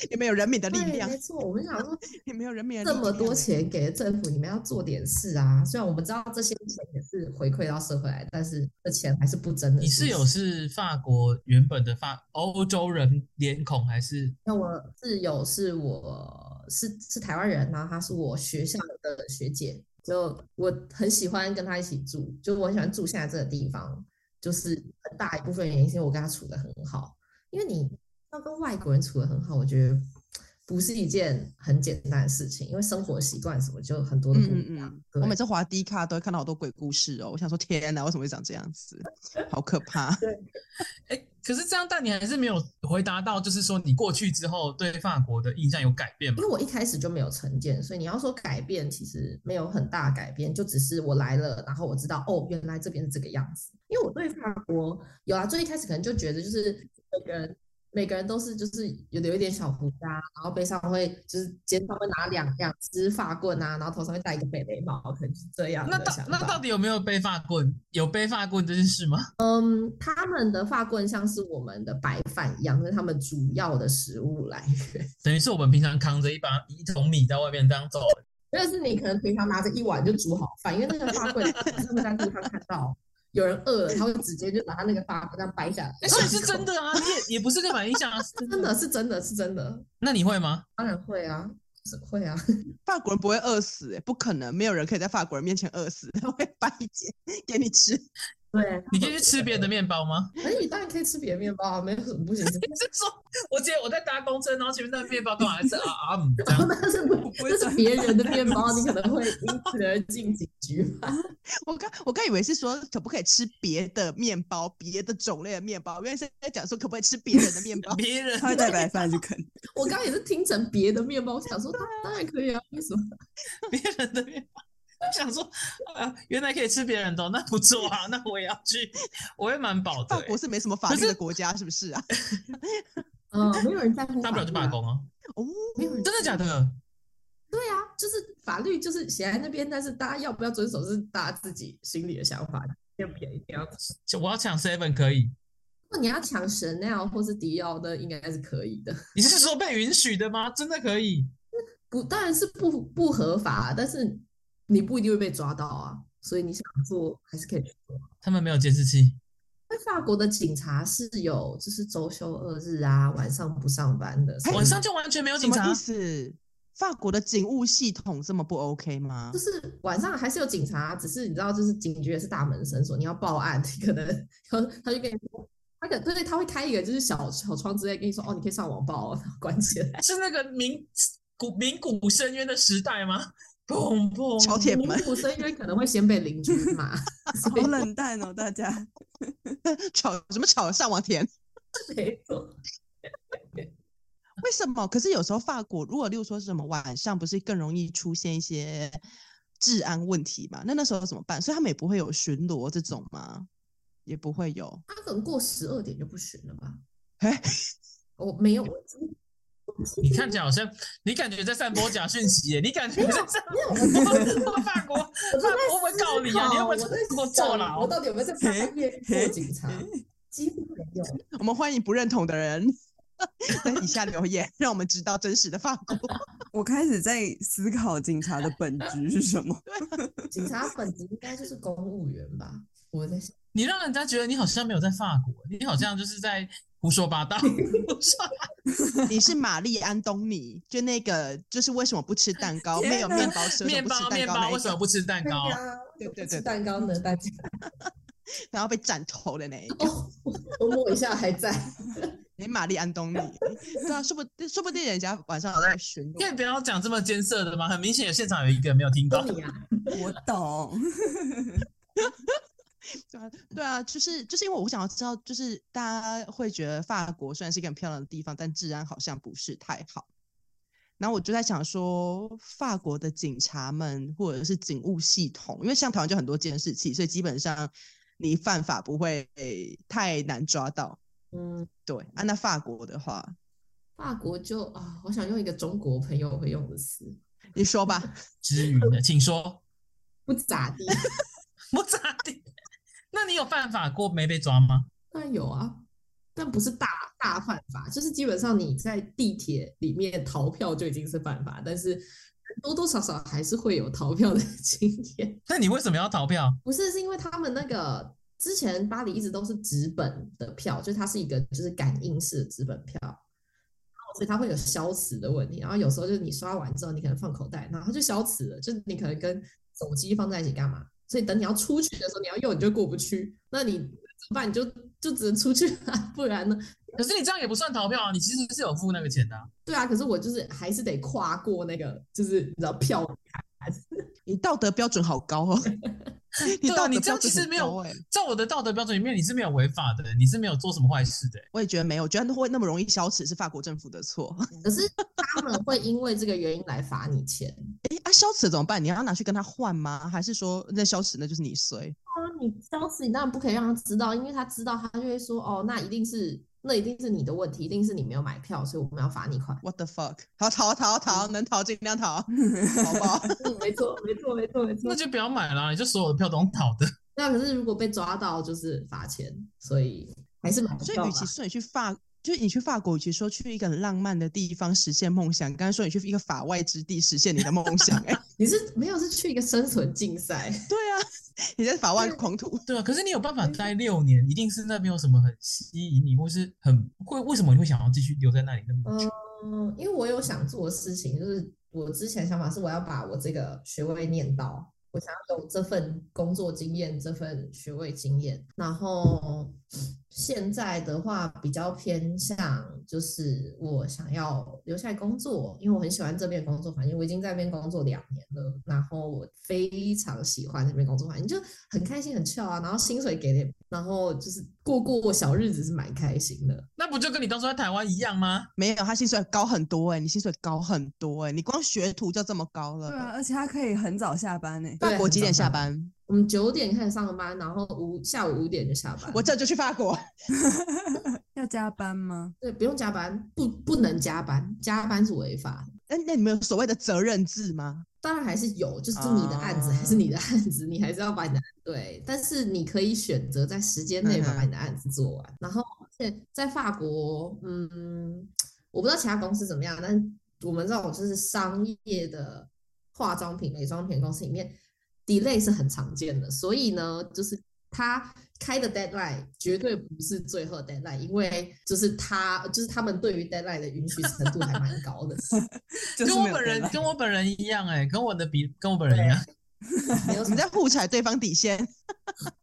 [SPEAKER 1] 你们有人民的力
[SPEAKER 3] 对，
[SPEAKER 1] 量
[SPEAKER 3] 没，错，我们想说
[SPEAKER 1] 你们有人民的
[SPEAKER 3] 这
[SPEAKER 1] 力
[SPEAKER 3] 么多
[SPEAKER 1] 量
[SPEAKER 3] 钱给了政府，你们要做点事啊！虽然我们知道这些钱也是回馈到社会来，但是这钱还是不争的。
[SPEAKER 4] 你室友
[SPEAKER 3] 不
[SPEAKER 4] 是法国原本的法欧洲人脸孔还是？
[SPEAKER 3] 那我室友是我是是台湾人，然后她是我学校的学姐，就我很喜欢跟她一起住，就我很喜欢住现在这个地方，就是很大一部分原因是因为我跟她处的很好，因为你要跟外国人处的很好，我觉得不是一件很简单的事情，因为生活习惯什么就很多都
[SPEAKER 1] 嗯
[SPEAKER 3] 不一
[SPEAKER 1] 嗯
[SPEAKER 3] 样
[SPEAKER 1] 嗯。，
[SPEAKER 3] 对
[SPEAKER 1] 我每次滑低卡都会看到好多鬼故事哦，我想说天哪，为什么会长这样 子？好可怕！
[SPEAKER 4] 哎、可是这样，但你还是没有回答到，就是说你过去之后对法国的印象有改变吗
[SPEAKER 3] 因为？我一开始就没有成见，所以你要说改变，其实没有很大改变，就只是我来了，然后我知道哦，原来这边是这个样子。因为我对法国有啊，最一开始可能就觉得就是每个人每个人都是就是有的有一点小胡渣，然后背上会就是肩上会拿两两只发棍啊，然后头上会戴一个北雷帽，可能是这样
[SPEAKER 4] 那
[SPEAKER 3] 的
[SPEAKER 4] 到
[SPEAKER 3] 想
[SPEAKER 4] 那到
[SPEAKER 3] 法。
[SPEAKER 4] 底有没有背发棍？有背发棍这件事吗？
[SPEAKER 3] 嗯，他们的发棍像是我们的白饭一样，是他们主要的食物来源。
[SPEAKER 4] 等于是我们平常扛着一把一桶米在外面这样走，
[SPEAKER 3] 那是你可能平常拿着一碗就煮好饭，因为那个发棍他们在路上看到有人饿了，他会直接就把他那个发棍这样掰下来。
[SPEAKER 4] 哎、所以是真的啊，你也也不是刻板印象啊，是真
[SPEAKER 3] 真的是真的是真的，
[SPEAKER 4] 那你会吗？
[SPEAKER 3] 当然会啊，是会啊。
[SPEAKER 1] 法国人不会饿死、欸，不可能，没有人可以在法国人面前饿死， 他会掰一截给你吃。
[SPEAKER 3] 对，啊
[SPEAKER 4] 你可以去吃别人的面包吗？
[SPEAKER 3] 可以，当然可以吃别的面包啊，没有什么不行。
[SPEAKER 4] 你是说，我今天我在搭公车，然后前面那个面包干嘛吃啊啊嗯 这样？。
[SPEAKER 3] 但是不，这是别人的 面包，你可能会因此而进警局 吧。
[SPEAKER 1] 我刚我刚以为是说可不可以吃别的面包，别的种类的面包，原来是在讲说可不可以吃别人的面 包
[SPEAKER 4] 别人
[SPEAKER 2] 他会带白饭去 啃。
[SPEAKER 3] 我刚刚也是听成别的面包，我想说当当然可以啊，为什么？
[SPEAKER 4] 别人的面包，我想说啊，原来可以吃别人的哦、那不错啊，那我也要去，我会蛮饱的、
[SPEAKER 1] 法
[SPEAKER 4] 欸
[SPEAKER 1] 国，是没什么法
[SPEAKER 4] 可
[SPEAKER 1] 律
[SPEAKER 4] 是
[SPEAKER 1] 的国家，是不是啊？
[SPEAKER 3] 嗯，没有人在乎。
[SPEAKER 4] 大不了就罢。工啊，
[SPEAKER 1] 哦，
[SPEAKER 3] 没有人
[SPEAKER 4] 真的假的？
[SPEAKER 3] 对啊，就是法律就是写在那边，但是大家要不要遵守是大家自己心里的想法，便不便宜。要
[SPEAKER 4] 我要抢 seven 可以？
[SPEAKER 3] 如果你要抢 Chanel 或是迪奥的，应该是可以的，
[SPEAKER 4] 你是说被允许的吗？真的可以？
[SPEAKER 3] 不当然是不不合法，啊但是你不一定会被抓到啊，所以你想做还是可以去做。
[SPEAKER 4] 他们没有监视器，
[SPEAKER 3] 在法国的警察是有就是周休二日啊，晚上不上班的，所以
[SPEAKER 4] 哎晚上就完全没有
[SPEAKER 1] 什
[SPEAKER 4] 警
[SPEAKER 1] 么
[SPEAKER 4] 察
[SPEAKER 1] 意。思？法国的警务系统这么不 OK 吗
[SPEAKER 3] 就？是晚上还是有警察，只是你知道，就是警局也是大门深锁，你要报案，你可能然后他就跟你说，他可对对，他会开一个就是小小窗之类，跟你说哦，你可以上网报、哦，然后关起来。
[SPEAKER 4] 是那个名古名古深渊的时代吗？砰砰！
[SPEAKER 1] 敲铁门，
[SPEAKER 3] 鼓声因为可能会先被邻居骂，所
[SPEAKER 2] 好冷淡哦，大家。
[SPEAKER 1] 吵什么吵？上网填？
[SPEAKER 3] 以没错。
[SPEAKER 1] 为什么？可是有时候法国，如果例如说是什么晚上，不是更容易出现一些治安问题嘛？那那时候怎么办？所以他们也不会有巡逻这种吗？也不会有。
[SPEAKER 3] 他可能过十二点就不巡了吧？
[SPEAKER 1] 哎，
[SPEAKER 3] 我没有，
[SPEAKER 4] 你看起来好像，你感觉在散播假讯息耶，你感觉在散
[SPEAKER 3] 没有，我
[SPEAKER 4] 播 法国
[SPEAKER 3] 我
[SPEAKER 4] 法
[SPEAKER 3] 正在
[SPEAKER 4] 国会
[SPEAKER 3] 思
[SPEAKER 4] 告你啊，你
[SPEAKER 3] 考我
[SPEAKER 4] 会不
[SPEAKER 3] 在
[SPEAKER 4] 会出国
[SPEAKER 3] 想
[SPEAKER 4] 坐牢
[SPEAKER 3] 我？到底有没有在半夜过警察？几乎没有。
[SPEAKER 1] 我们欢迎不认同的人在底下留言，让我们知道真实的法国。
[SPEAKER 2] 我开始在思考警察的本质是什么。
[SPEAKER 3] 警察本职应该就是公务员吧？我在想，
[SPEAKER 4] 你让人家觉得你好像没有在法国，你好像就是在胡说 八道。胡说八
[SPEAKER 1] 你是玛丽安东尼，就那个就是为什么不吃蛋糕？没有
[SPEAKER 2] 天哪
[SPEAKER 1] 面包吃，
[SPEAKER 4] 道
[SPEAKER 1] 为什
[SPEAKER 4] 面
[SPEAKER 1] 么不吃
[SPEAKER 4] 包
[SPEAKER 1] 蛋
[SPEAKER 4] 面
[SPEAKER 1] 糕那
[SPEAKER 4] 包
[SPEAKER 1] 一
[SPEAKER 4] 为什么
[SPEAKER 1] 个？
[SPEAKER 4] 不吃蛋糕？
[SPEAKER 3] 啊，
[SPEAKER 1] 对对
[SPEAKER 3] 吃
[SPEAKER 1] 对
[SPEAKER 3] 蛋糕呢？大家
[SPEAKER 1] 然后被斩头的那一 个。
[SPEAKER 3] 哦，我 我摸一下还在。
[SPEAKER 1] 你玛丽安东尼，对啊，说不定说不定人家晚上有在巡
[SPEAKER 4] 可以
[SPEAKER 1] 逻。
[SPEAKER 4] 不要讲这么艰涩的吗？很明显，有现场有一个没有听到
[SPEAKER 3] 说。你啊，
[SPEAKER 2] 我懂，
[SPEAKER 1] 对啊，对啊，就是就是因为我想要知道，就是大家会觉得法国虽然是一个很漂亮的地方，但治安好像不是太好。然后我就在想说，法国的警察们或者是警务系统，因为像台湾就很多监视器，所以基本上你犯法不会太难抓到。
[SPEAKER 3] 嗯，
[SPEAKER 1] 对啊，那法国的话，
[SPEAKER 3] 法国就啊，我想用一个中国朋友会用的词，
[SPEAKER 1] 你说 吧，
[SPEAKER 4] 之云的，请说。
[SPEAKER 3] 不咋地。
[SPEAKER 4] 我咋地？那你有犯法过没被抓吗？
[SPEAKER 3] 当然有啊，但不是大大犯法，就是基本上你在地铁里面逃票就已经是犯法，但是多多少少还是会有逃票的 经验。
[SPEAKER 4] 那你为什么要逃票？
[SPEAKER 3] 不是，是因为他们那个之前巴黎一直都是纸本的票，就是它是一个就是感应式的纸本票。然后所以它会有消磁的问题，然后有时候就是你刷完之后，你可能放口袋，然后它就消磁了，就是你可能跟手机放在一起干嘛？所以等你要出去的时候，你要用你就过不去，那你怎么办？你就就只能出去啊，不然呢？
[SPEAKER 4] 可是你这样也不算逃票啊，你其实是有付那个钱的啊、
[SPEAKER 3] 对啊，可是我就是还是得跨过那个，就是你知道票
[SPEAKER 1] 你道德标准好高 哦，你
[SPEAKER 4] 对啊
[SPEAKER 1] 道
[SPEAKER 4] 你
[SPEAKER 1] 德
[SPEAKER 4] 这
[SPEAKER 1] 标
[SPEAKER 4] 样
[SPEAKER 1] 准
[SPEAKER 4] 其实
[SPEAKER 1] 很
[SPEAKER 4] 没有
[SPEAKER 1] 高哎
[SPEAKER 4] 在我的道德标准里面，你是没有违法的，你是没有做什么坏事的、欸
[SPEAKER 1] 我也觉得没有，我觉得会那么容易消磁是法国政府的错。
[SPEAKER 3] 可是他们会因为这个原因来罚你钱。
[SPEAKER 1] 哎啊，消磁怎么办？你要拿去跟他换吗？还是说那消磁那就是你衰？
[SPEAKER 3] 啊，你消磁，你当然不可以让他知道，因为他知道他就会说，哦，那一定是那一定是你的问题，一定是你没有买票，所以我们要罚你款。
[SPEAKER 1] What the fuck！逃逃逃逃，能逃尽量逃，好不好？
[SPEAKER 3] 嗯，没错，没错，没错，没错
[SPEAKER 4] 那。就不要买啊啦，你就所有的票都用逃的。
[SPEAKER 3] 那可是如果被抓到就是罚钱，所以还是买不
[SPEAKER 1] 所
[SPEAKER 3] 到
[SPEAKER 1] 以，
[SPEAKER 3] 嘛
[SPEAKER 1] 与。其说你去法，就是你去法国，与其说去一个很浪漫的地方实现梦想，刚才说你去一个法外之地实现你的梦想、哎，
[SPEAKER 3] 你是没有是去一个生存竞赛，
[SPEAKER 1] 对啊，你在法外狂徒，
[SPEAKER 4] 对啊，可是你有办法待六年，一定是那边有什么很吸引你，或是很会为什么你会想要继续留在那里那么久？
[SPEAKER 3] 嗯，因为我有想做的事情，就是我之前想法是我要把我这个学位念到，我想要有这份工作经验，这份学位经验。然后现在的话比较偏向就是我想要留下来工作，因为我很喜欢这边的工作环境，我已经在这边工作两年了，然后我非常喜欢这边工作环境，就很开心很翘啊，然后薪水给的，然后就是过过小日子是蛮开心的。
[SPEAKER 4] 那不就跟你当初在台湾一样吗？
[SPEAKER 1] 没有，他薪水高很多、哎，你薪水高很多、哎，你光学徒就这么高了。
[SPEAKER 2] 对啊，而且他可以很早下班欸呢。
[SPEAKER 3] 对
[SPEAKER 1] 法国
[SPEAKER 3] 很
[SPEAKER 1] 几
[SPEAKER 3] 早
[SPEAKER 1] 点
[SPEAKER 3] 下
[SPEAKER 1] 下
[SPEAKER 3] 班
[SPEAKER 1] 班？
[SPEAKER 3] 我们九点开始上班，然后五下午五点就下班。
[SPEAKER 1] 我这就去法国。
[SPEAKER 2] 要加班吗？
[SPEAKER 3] 对不用加班，不不能加班，加班是违法的。
[SPEAKER 1] 那那你们有所谓的责任制吗？
[SPEAKER 3] 当然还是有，就是
[SPEAKER 1] 啊
[SPEAKER 3] 你的案子还是你的案子，你还是要把你的对，但是你可以选择在时间内
[SPEAKER 1] 嗯
[SPEAKER 3] 把
[SPEAKER 1] 哼
[SPEAKER 3] 你的案子做完。然后，而且在法国，嗯，我不知道其他公司怎么样，但我们这种就是商业的化妆品、美妆品公司里面，delay 是很常见的。所以呢，就是他开的 deadline 绝对不是最后 deadline，因为就是他就是他们对于 deadline 的允许程度还蛮 高的，
[SPEAKER 2] 就
[SPEAKER 4] 跟
[SPEAKER 2] 是
[SPEAKER 4] 我
[SPEAKER 2] 没有
[SPEAKER 4] 本人
[SPEAKER 2] deadline
[SPEAKER 4] 跟我本人一样哎、跟我的比跟我本人一样，
[SPEAKER 3] 没有
[SPEAKER 1] 你
[SPEAKER 3] 什么
[SPEAKER 1] 在互踩对方底线，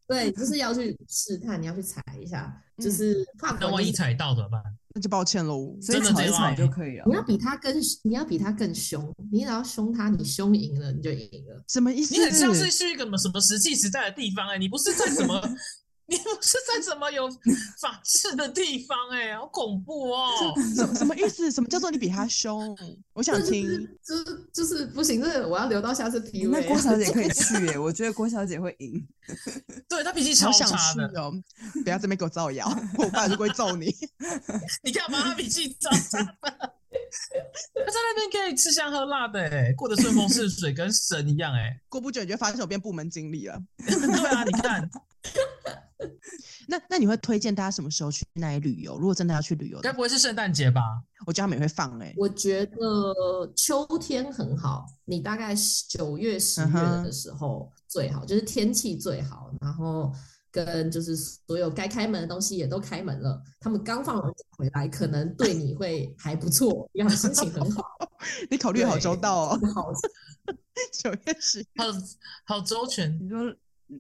[SPEAKER 3] 对，就是要去试探，你要去踩一下，就
[SPEAKER 1] 嗯
[SPEAKER 3] 是跨
[SPEAKER 4] 那
[SPEAKER 3] 国
[SPEAKER 4] 万
[SPEAKER 3] 你
[SPEAKER 4] 一踩到怎么办？
[SPEAKER 1] 那就抱歉喽。
[SPEAKER 2] 所以
[SPEAKER 4] 真的
[SPEAKER 2] 吵一
[SPEAKER 4] deadline
[SPEAKER 2] 吵
[SPEAKER 4] 欸
[SPEAKER 2] 就可以了
[SPEAKER 3] 你。要比他更，你要比他更凶，你只要凶他，你凶赢了你就赢了。
[SPEAKER 1] 什么意思？
[SPEAKER 4] 你很像是去一个什么什么石器时代的地方哎、你不是在什么，你不是在什么有法治的地方哎、好恐怖哦！
[SPEAKER 1] 什什么意思？什么叫做你比他凶？我想
[SPEAKER 3] 这就
[SPEAKER 1] 听。
[SPEAKER 3] 是就是就是不行，这个我要留到下次 P U
[SPEAKER 2] 那
[SPEAKER 3] A
[SPEAKER 2] 郭小姐可以去耶，我觉得郭小姐会赢。
[SPEAKER 4] 对他脾气
[SPEAKER 1] 好
[SPEAKER 4] 超
[SPEAKER 1] 想
[SPEAKER 4] 差
[SPEAKER 1] 去
[SPEAKER 4] 的，
[SPEAKER 1] 哦！不要这边给我造 谣，我爸就会揍你。
[SPEAKER 4] 你干嘛？他脾气超差的， 他在那边可以吃香喝辣的哎、过得顺风顺水，跟神一样哎、
[SPEAKER 1] 过不久你就发现我变部门经理了。
[SPEAKER 4] 对啊，你看，
[SPEAKER 1] 那那你会推荐大家什么时候去那里旅游？如果真的要去旅游的
[SPEAKER 4] 该
[SPEAKER 1] 话，
[SPEAKER 4] 不会是圣诞节吧？
[SPEAKER 1] 我觉得他们也会放哎、
[SPEAKER 3] 我觉得秋天很好，你大概十九月、十月
[SPEAKER 1] 嗯
[SPEAKER 3] 的
[SPEAKER 1] 哼
[SPEAKER 3] 时候最好，就是天气最好，然后跟就是所有该开门的东西也都开门了。他们刚放完假回来，可能对你会还不错，让心情很好，
[SPEAKER 1] 你考虑好
[SPEAKER 3] 对
[SPEAKER 1] 周到哦，
[SPEAKER 3] 好
[SPEAKER 1] 九月十
[SPEAKER 4] 好好周全，
[SPEAKER 2] 你说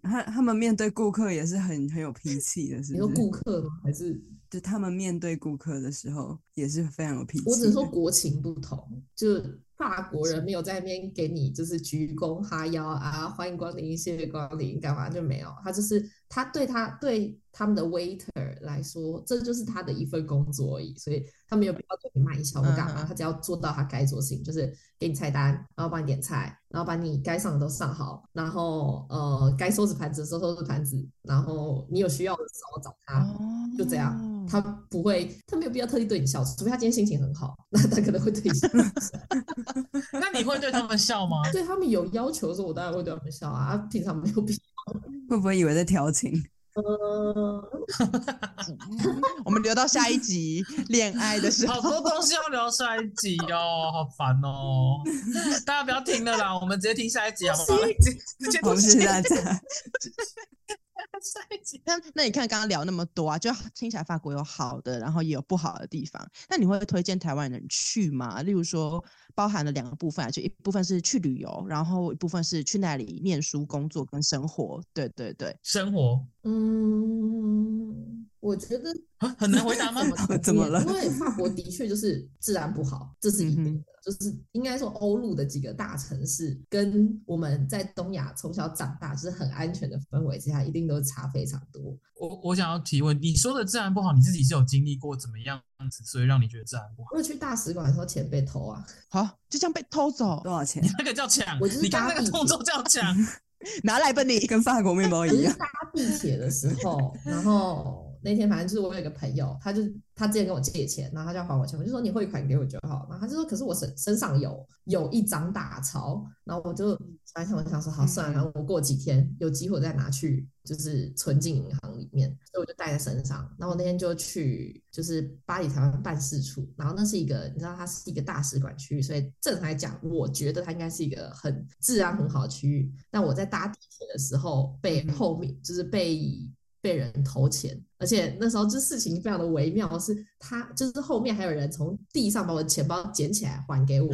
[SPEAKER 2] 他他们面对顾客也是很很有脾气的，是
[SPEAKER 3] 你说
[SPEAKER 2] 不是？
[SPEAKER 3] 顾客吗？还是
[SPEAKER 2] 就他们面对顾客的时候也是非常有脾气的。
[SPEAKER 3] 我只是说国情不同，就法国人没有在那边给你就是鞠躬哈腰啊，欢迎光临，谢谢光临，干嘛就没有。他就是他对他对他们的 waiter 来说，这就是他的一份工作而已，所以他没有必要对你卖笑或干
[SPEAKER 1] 嗯
[SPEAKER 3] 嘛，
[SPEAKER 1] 哼
[SPEAKER 3] 他只要做到他该做的事情，就是给你菜单，然后帮你点菜，然后把你该上的都上好，然后呃该收拾盘子的时候收拾盘子，然后你有需要的时候找他。
[SPEAKER 1] 哦，
[SPEAKER 3] 就这样，他不会，他没有必要特地对你笑，除非他今天心情很好，那他可能会对你笑。
[SPEAKER 4] 那你会对他们笑吗？
[SPEAKER 3] 对他们有要求的时候，我当然会对他们笑啊，啊平常没有必要。
[SPEAKER 2] 会不会以为在调 情？
[SPEAKER 3] 呃，
[SPEAKER 1] 我们留到下一集恋爱的时
[SPEAKER 4] 好
[SPEAKER 1] 候。
[SPEAKER 4] 多东西要聊下一集哦，好烦哦！大家不要听了啦，我们直接听下一集好不好？直接直接
[SPEAKER 2] 好，
[SPEAKER 4] 听
[SPEAKER 2] 谢谢大
[SPEAKER 4] 下
[SPEAKER 2] 家。
[SPEAKER 4] 一集。
[SPEAKER 1] 那那你看刚刚聊那么多啊，就听起来法国有好的，然后也有不好的地方。那你会推荐台湾人去吗？例如说，包含了两个部分啊，就一部分是去旅游，然后一部分是去那里念书、工作跟生活。对对对，
[SPEAKER 4] 生活
[SPEAKER 3] 嗯，我觉得
[SPEAKER 4] 啊，很难回答吗？
[SPEAKER 2] 怎么了
[SPEAKER 3] 因为法国的确就是治安不好，这是一定
[SPEAKER 1] 嗯
[SPEAKER 3] 的。就是应该说，欧陆的几个大城市跟我们在东亚从小长大就是很安全的氛围之下，一定都差非常多。
[SPEAKER 4] 我我想要提问，你说的治安不好，你自己是有经历过怎么样子，所以让你觉得治安不好？
[SPEAKER 3] 我有去大使馆的时候，钱被偷啊，
[SPEAKER 1] 好，就这样被偷走，
[SPEAKER 2] 多少钱
[SPEAKER 4] 你？那个叫抢
[SPEAKER 3] 我就是，
[SPEAKER 4] 你刚
[SPEAKER 3] 搭
[SPEAKER 4] 那个
[SPEAKER 3] 地
[SPEAKER 4] 动
[SPEAKER 3] 铁
[SPEAKER 4] 作叫抢，
[SPEAKER 1] 拿来吧 你。
[SPEAKER 2] 跟法国面包
[SPEAKER 3] 我
[SPEAKER 2] 一
[SPEAKER 3] 是
[SPEAKER 2] 样，
[SPEAKER 3] 搭地铁的时候，然后那天反正就是我有一个朋友，他就他之前跟我借钱，然后他就要还我钱，我就说你汇款给我就好，然后他就说可是我身身上有有一张大钞，然后我就想想我想说好算了，
[SPEAKER 2] 嗯
[SPEAKER 3] 然后我过几天有机会再拿去就是存进银行里面，所以我就带在身上。然后我那天就去就是巴黎台湾办事处，然后那是一个你知道它是一个大使馆区域，所以正常来讲，我觉得它应该是一个很治安很好的区域。但我在搭地铁的时候被
[SPEAKER 1] 嗯
[SPEAKER 3] 后面就是被被人偷钱，而且那时候就事情非常的微妙，是他就是后面还有人从地上把我的钱包捡起来还给我，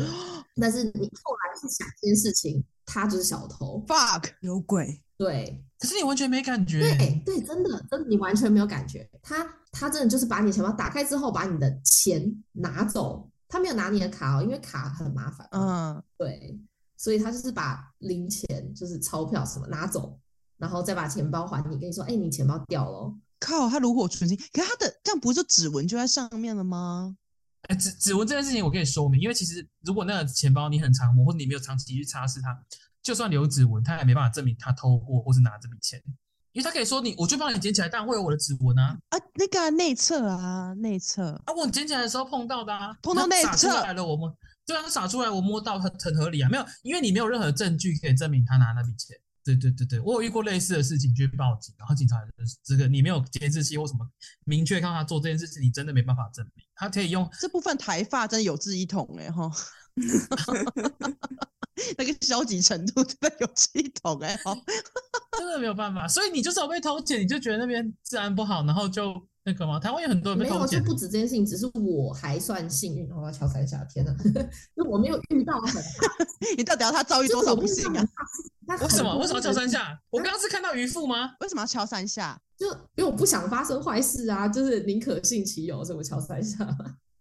[SPEAKER 3] 但是你后来去想这件事情，他就是小偷，
[SPEAKER 1] fuck，
[SPEAKER 3] 嗯
[SPEAKER 2] 有鬼，
[SPEAKER 3] 对，
[SPEAKER 4] 可是你完全没感觉。
[SPEAKER 3] 对对，真的，真的，你完全没有感觉。他他真的就是把你的钱包打开之后，把你的钱拿走，他没有拿你的卡哦，因为卡很麻烦。，
[SPEAKER 1] 嗯，
[SPEAKER 3] 对，所以他就是把零钱，就是钞票什么拿走，然后再把钱包还你，跟你说，哎，你钱包掉了哦。
[SPEAKER 1] 靠，他炉火纯青，可是他的这样不是就指纹就在上面了吗？
[SPEAKER 4] 哎，指指纹这件事情我可以说明，因为其实如果那个钱包你很常摸，或者你没有长期去擦拭它，就算留指纹，他也没办法证明他偷过或是拿这笔钱，因为他可以说你，我就帮你捡起来，当然会有我的指纹啊，
[SPEAKER 1] 啊，那个啊内侧啊，内侧，
[SPEAKER 4] 啊，我捡起来的时候碰到的啊，
[SPEAKER 1] 碰到
[SPEAKER 4] 他
[SPEAKER 1] 内
[SPEAKER 4] 撒出
[SPEAKER 1] 侧
[SPEAKER 4] 来了，我摸，对啊，他撒出来我摸到很很合理啊，没有，因为你没有任何证据可以证明他拿那笔钱。对对对对，我有遇过类似的事情去报警，然后警察就是这个你没有监视器或什么明确看到他做这件事情，你真的没办法证明，他可以用
[SPEAKER 1] 这部分台发真的有志一同哎哈。 那个消极程度真的有志一同哎、欸，哦，
[SPEAKER 4] 真的没有办法，所以你就是有被偷钱，你就觉得那边治安不好，然后就那个嘛，台湾有很多人被
[SPEAKER 3] 没
[SPEAKER 4] 偷
[SPEAKER 3] 有，就
[SPEAKER 4] 钱
[SPEAKER 3] 不，止这件事情，只是我还算幸运。哦我要敲三下，天哪， 就我没有遇到很大，
[SPEAKER 1] 你到底要他遭遇
[SPEAKER 3] 就
[SPEAKER 1] 多
[SPEAKER 3] 是
[SPEAKER 1] 少
[SPEAKER 3] 我
[SPEAKER 1] 不
[SPEAKER 3] 没有遇
[SPEAKER 1] 幸
[SPEAKER 3] 到很
[SPEAKER 1] 啊？
[SPEAKER 3] 大事情。但
[SPEAKER 4] 为
[SPEAKER 3] 很
[SPEAKER 4] 什么？
[SPEAKER 3] 多
[SPEAKER 4] 为什么要敲
[SPEAKER 3] 人
[SPEAKER 4] 三下？我刚刚是看到渔夫吗？
[SPEAKER 1] 为什么要敲三下？
[SPEAKER 3] 就因为我不想发生坏事啊，就是宁可信其有，所以我敲三下。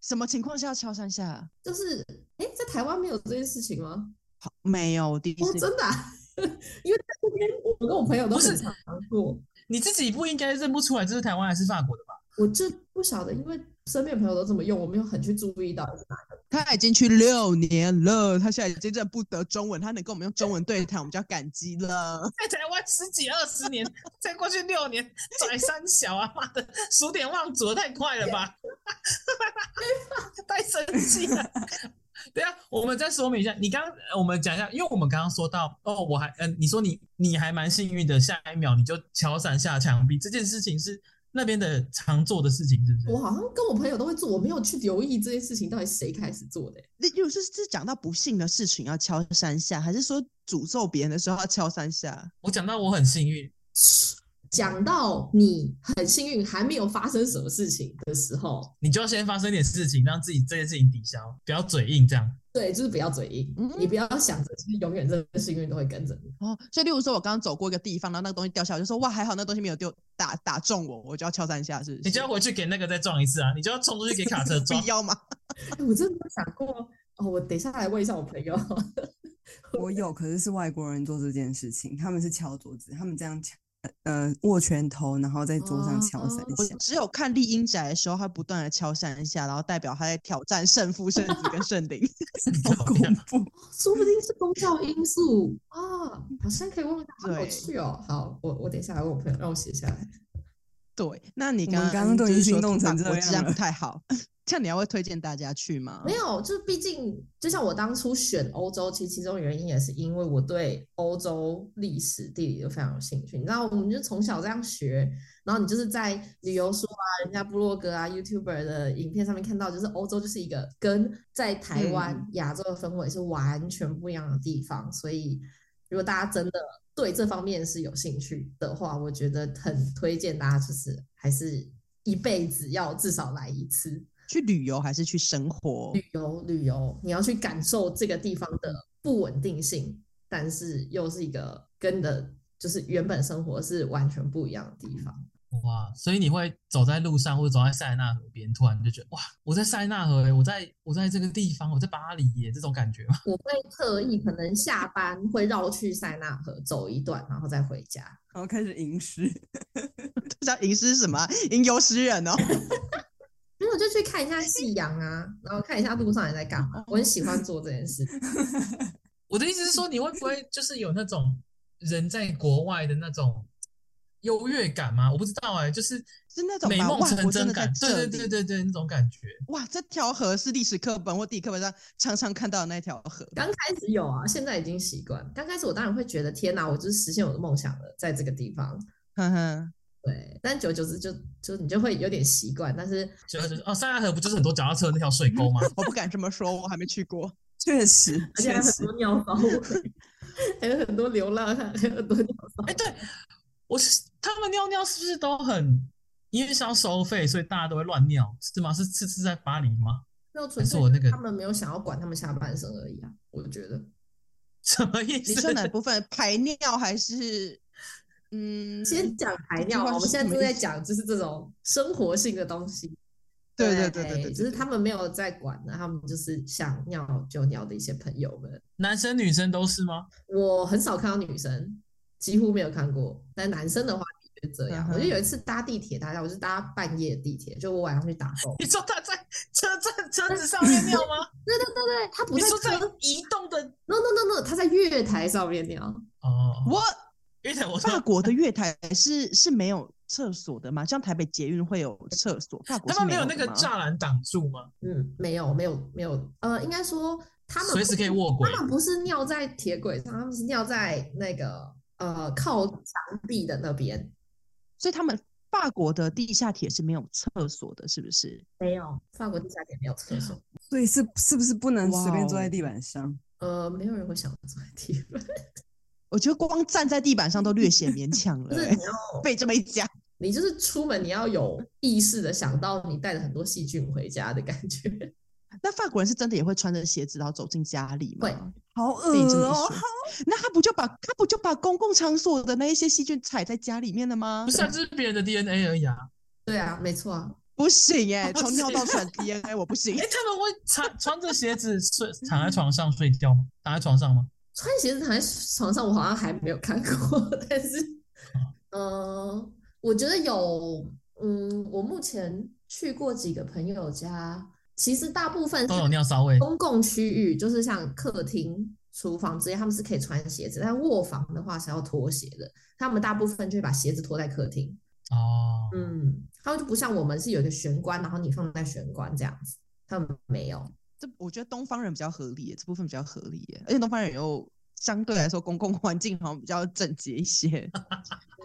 [SPEAKER 1] 什么情况下要敲三下？啊
[SPEAKER 3] 就是哎，诶在台湾没有这件事情吗？
[SPEAKER 1] 好，没有，我第一
[SPEAKER 3] 哦，
[SPEAKER 1] 次
[SPEAKER 3] 真的、啊， 因为在这边我跟我朋友都
[SPEAKER 4] 不是
[SPEAKER 3] 很常做，
[SPEAKER 4] 你自己不应该认不出来这是台湾还是法国的吧？
[SPEAKER 3] 我就不晓得，因为身边的朋友都这么用，我没有很去注意到。
[SPEAKER 1] 他已经去六年了，他现在已经认不得中文，他能跟我们用中文对谈，我们就要感激了。
[SPEAKER 4] 在台湾十几二十年，再过去六年，拽三小啊，妈的，数典忘祖太快了吧， 太生气了。等一下，我们再说明一下，你刚刚呃我们讲一下，因为我们刚刚说到哦，我还嗯、你说你你还蛮幸运的，下一秒你就敲伞下墙壁，这件事情是那边的常做的事情，是不
[SPEAKER 3] 我
[SPEAKER 4] 是？
[SPEAKER 3] 好像跟我朋友都会做，我没有去留意这件事情到底谁开始做的、诶
[SPEAKER 1] 那又是是讲到不幸的事情要敲三下，还是说诅咒别人的时候要敲三下？
[SPEAKER 4] 我讲到我很幸运，
[SPEAKER 3] 讲到你很幸运还没有发生什么事情的时候，
[SPEAKER 4] 你就要先发生点事情，让自己这件事情抵消，不要嘴硬这样。
[SPEAKER 3] 对，就是不要嘴硬，
[SPEAKER 1] 嗯
[SPEAKER 3] 你不要想着就是永远这个幸运都会跟着你。
[SPEAKER 1] 哦，所以例如说我刚刚走过一个地方，然后那个东西掉下来，我就说哇还好那东西没有丢打打中我，我就要敲三下，是不是？
[SPEAKER 4] 你就要回去给那个再撞一次啊！你就要冲出去给 卡车撞
[SPEAKER 1] 不，要吗？
[SPEAKER 3] 哎，我真的没有想过哦，我等一下来问一下我朋友。
[SPEAKER 2] 我有，可是是外国人做这件事情，他们是敲桌子，他们这样敲，呃，握拳头，然后在桌上敲三
[SPEAKER 3] 哦
[SPEAKER 1] 我
[SPEAKER 2] 下。
[SPEAKER 1] 只有看丽英宅的时候，他不断的敲三下，然后代表他在挑战圣父、圣子跟圣灵。
[SPEAKER 2] 好恐怖！
[SPEAKER 3] 说不定是宗教因素啊，好像可以问问他，好有
[SPEAKER 1] 对
[SPEAKER 3] 趣哦。好，我我等一下来问我朋友，让我写下来。
[SPEAKER 1] 对，那你
[SPEAKER 2] 我
[SPEAKER 1] 刚
[SPEAKER 2] 们
[SPEAKER 1] 刚
[SPEAKER 2] 刚刚都
[SPEAKER 1] 就
[SPEAKER 2] 已
[SPEAKER 1] 是
[SPEAKER 2] 经
[SPEAKER 1] 说
[SPEAKER 2] 弄
[SPEAKER 1] 法
[SPEAKER 2] 成这
[SPEAKER 1] 国
[SPEAKER 2] 样
[SPEAKER 1] 治安不
[SPEAKER 2] 了
[SPEAKER 1] 太好， 这样你要会推荐大家去吗？
[SPEAKER 3] 没有，就是毕竟就像我当初选欧洲，其实其中原因也是因为我对欧洲历史、地理都非常有兴趣。你知道，我们就从小这样学，然后你就是在旅游书啊、人家部落格啊、YouTuber 的影片上面看到，就是欧洲就是一个跟在台湾
[SPEAKER 1] 嗯、
[SPEAKER 3] 亚洲的氛围是完全不一样的地方。所以，如果大家真的对这方面是有兴趣的话，我觉得很推荐大家，就是还是一辈子要至少来一次。
[SPEAKER 1] 去旅游还是去生活？
[SPEAKER 3] 旅游旅游，你要去感受这个地方的不稳定性，但是又是一个跟你的就是原本生活是完全不一样的地方。
[SPEAKER 4] 哇，所以你会走在路上或者走在塞纳河边，突然就觉得哇，我在塞纳河耶，欸我在我在这个地方，我在巴黎耶，这种感觉吗？
[SPEAKER 3] 我会特意可能下班会绕去塞纳河走一段，然后再回家。
[SPEAKER 2] 然后开始吟诗。
[SPEAKER 1] 这叫吟诗什么啊？吟游诗人哦。
[SPEAKER 3] 没有就去看一下夕阳啊，然后看一下路上人在干嘛。我很喜欢做这件事。
[SPEAKER 4] 我的意思是说，你会不会就是有那种人在国外的那种优越感吗？我不知道哎、就是
[SPEAKER 1] 是那种
[SPEAKER 4] 美
[SPEAKER 1] 吧
[SPEAKER 4] 梦
[SPEAKER 1] 哇
[SPEAKER 4] 成
[SPEAKER 1] 我真
[SPEAKER 4] 真
[SPEAKER 1] 的在
[SPEAKER 4] 感，对
[SPEAKER 1] 这
[SPEAKER 4] 对
[SPEAKER 1] 里
[SPEAKER 4] 对对对，那种感觉。
[SPEAKER 1] 哇，这条河是历史课本或地理课本上常常看到的那条河。
[SPEAKER 3] 刚开始有啊，现在已经习惯。刚开始我当然会觉得天哪，我就是实现我的梦想了，在这个地方。
[SPEAKER 1] 哼哼，
[SPEAKER 3] 对，但久而久之就就你就会有点习惯，但是
[SPEAKER 4] 就是就是哦，塞纳河不就是很多脚踏车的那条水沟吗？
[SPEAKER 1] 我不敢这么说，我还没去过。
[SPEAKER 2] 确实，
[SPEAKER 3] 而且还
[SPEAKER 2] 确
[SPEAKER 3] 有很
[SPEAKER 2] 实，
[SPEAKER 3] 多鸟包围，还有很多流浪汉，还有很多鸟包
[SPEAKER 4] 哎，对，我是他们尿尿是不是都很，因为是要收费，所以大家都会乱尿，是吗？是是是在巴黎吗？
[SPEAKER 3] 那纯
[SPEAKER 4] 还是
[SPEAKER 3] 粹
[SPEAKER 4] 我那
[SPEAKER 3] 就是
[SPEAKER 4] 个
[SPEAKER 3] 他们没有想要管他们下半身而已啊，我觉得
[SPEAKER 4] 什么意
[SPEAKER 1] 你
[SPEAKER 4] 思？
[SPEAKER 1] 说哪部分？排尿还是？嗯，
[SPEAKER 3] 先讲排
[SPEAKER 1] 这句
[SPEAKER 3] 尿啊，
[SPEAKER 1] 话
[SPEAKER 3] 我们
[SPEAKER 1] 是
[SPEAKER 3] 现
[SPEAKER 1] 什
[SPEAKER 3] 在
[SPEAKER 1] 么
[SPEAKER 3] 正
[SPEAKER 1] 意
[SPEAKER 3] 在
[SPEAKER 1] 思
[SPEAKER 3] 讲就是这种生活性的东西。
[SPEAKER 1] 对对对对对，
[SPEAKER 3] 就是
[SPEAKER 1] 对
[SPEAKER 3] 他们没有在管啊的，他们就是想尿就尿的一些朋友们。
[SPEAKER 4] 男生女生都是吗？。
[SPEAKER 3] 我很少看到女生，几乎没有看过。但男生的话的确是这样。我就有一次搭地铁，大家我是搭半夜地铁，就我晚上去打工
[SPEAKER 4] 你说他在车站车子上
[SPEAKER 1] 哎
[SPEAKER 4] 面尿吗？
[SPEAKER 3] 对对对对，他不
[SPEAKER 4] 你
[SPEAKER 3] 在
[SPEAKER 4] 说在
[SPEAKER 3] 车
[SPEAKER 4] 移动的
[SPEAKER 3] ，no no no no，他在月台上面尿。
[SPEAKER 4] 哦，
[SPEAKER 1] 我
[SPEAKER 4] 因为我
[SPEAKER 1] 法
[SPEAKER 4] 说
[SPEAKER 1] 国的月台是是没有厕所的吗？像台北捷运会有厕所，法国
[SPEAKER 4] 他
[SPEAKER 1] 是
[SPEAKER 4] 们没有
[SPEAKER 1] 有
[SPEAKER 4] 那
[SPEAKER 1] 的
[SPEAKER 4] 个
[SPEAKER 1] 吗
[SPEAKER 4] 栅栏挡住吗？
[SPEAKER 3] 嗯，没有没有没有，呃，应该说他们
[SPEAKER 4] 随
[SPEAKER 3] 不
[SPEAKER 4] 时可以
[SPEAKER 3] 是
[SPEAKER 4] 卧轨
[SPEAKER 3] 他们不是尿在铁轨上，他们是尿在那个呃靠墙壁的那边。
[SPEAKER 1] 所以他们法国的地下铁是没有厕所的，是不是？
[SPEAKER 3] 没有，法国地下铁没有厕所。
[SPEAKER 2] 所以是是不是不能随便坐
[SPEAKER 1] 哇哦
[SPEAKER 2] 在地板上？
[SPEAKER 3] 呃，没有人会想坐在地板，
[SPEAKER 1] 我觉得光站在地板上都略显勉强
[SPEAKER 3] 就
[SPEAKER 1] 了、
[SPEAKER 3] 是
[SPEAKER 1] 欸
[SPEAKER 3] 你。要，
[SPEAKER 1] 被这么一讲，
[SPEAKER 3] 你就是出门你要有意识的想到你带了很多细菌回家的感觉。
[SPEAKER 1] 那法国人是真的也会穿着鞋子然后走进家里
[SPEAKER 3] 会
[SPEAKER 1] 吗？
[SPEAKER 2] 好恶
[SPEAKER 1] 被你这么一
[SPEAKER 2] 哦！
[SPEAKER 4] 呃
[SPEAKER 1] 说那他不就把他不就把公共场所的那一些细菌踩在家里面了吗
[SPEAKER 4] 不？是、啊，这是别人的 DNA 而已啊。
[SPEAKER 3] 对啊，没错啊，
[SPEAKER 1] 不行哎、
[SPEAKER 4] 不
[SPEAKER 1] 从尿
[SPEAKER 4] 行
[SPEAKER 1] 道传 DNA 我不 行
[SPEAKER 4] 哎、。他们会穿穿着鞋子睡 躺在床上睡觉吗？躺在床上吗？
[SPEAKER 3] 穿鞋子躺在床上，我好像还没有看过， 但是，呃，我觉得有，嗯，我目前去过几个朋友家，其实大部分
[SPEAKER 4] 都
[SPEAKER 3] 是
[SPEAKER 4] 有尿骚味。
[SPEAKER 1] 嗯
[SPEAKER 3] 公共区域，就是像客厅、厨房之类，他们是可以穿鞋子，但卧房的话是要脱鞋的。他们大部分就会把鞋子脱在客厅，
[SPEAKER 4] 哦，
[SPEAKER 3] 嗯，他们就不像我们是有一个玄关，然后你放在玄关这样子，他们没有。
[SPEAKER 1] 这我觉得东方人比较合理耶、这部分比较合理耶、而且东方人又相对来说公共环境好像比较整洁一些。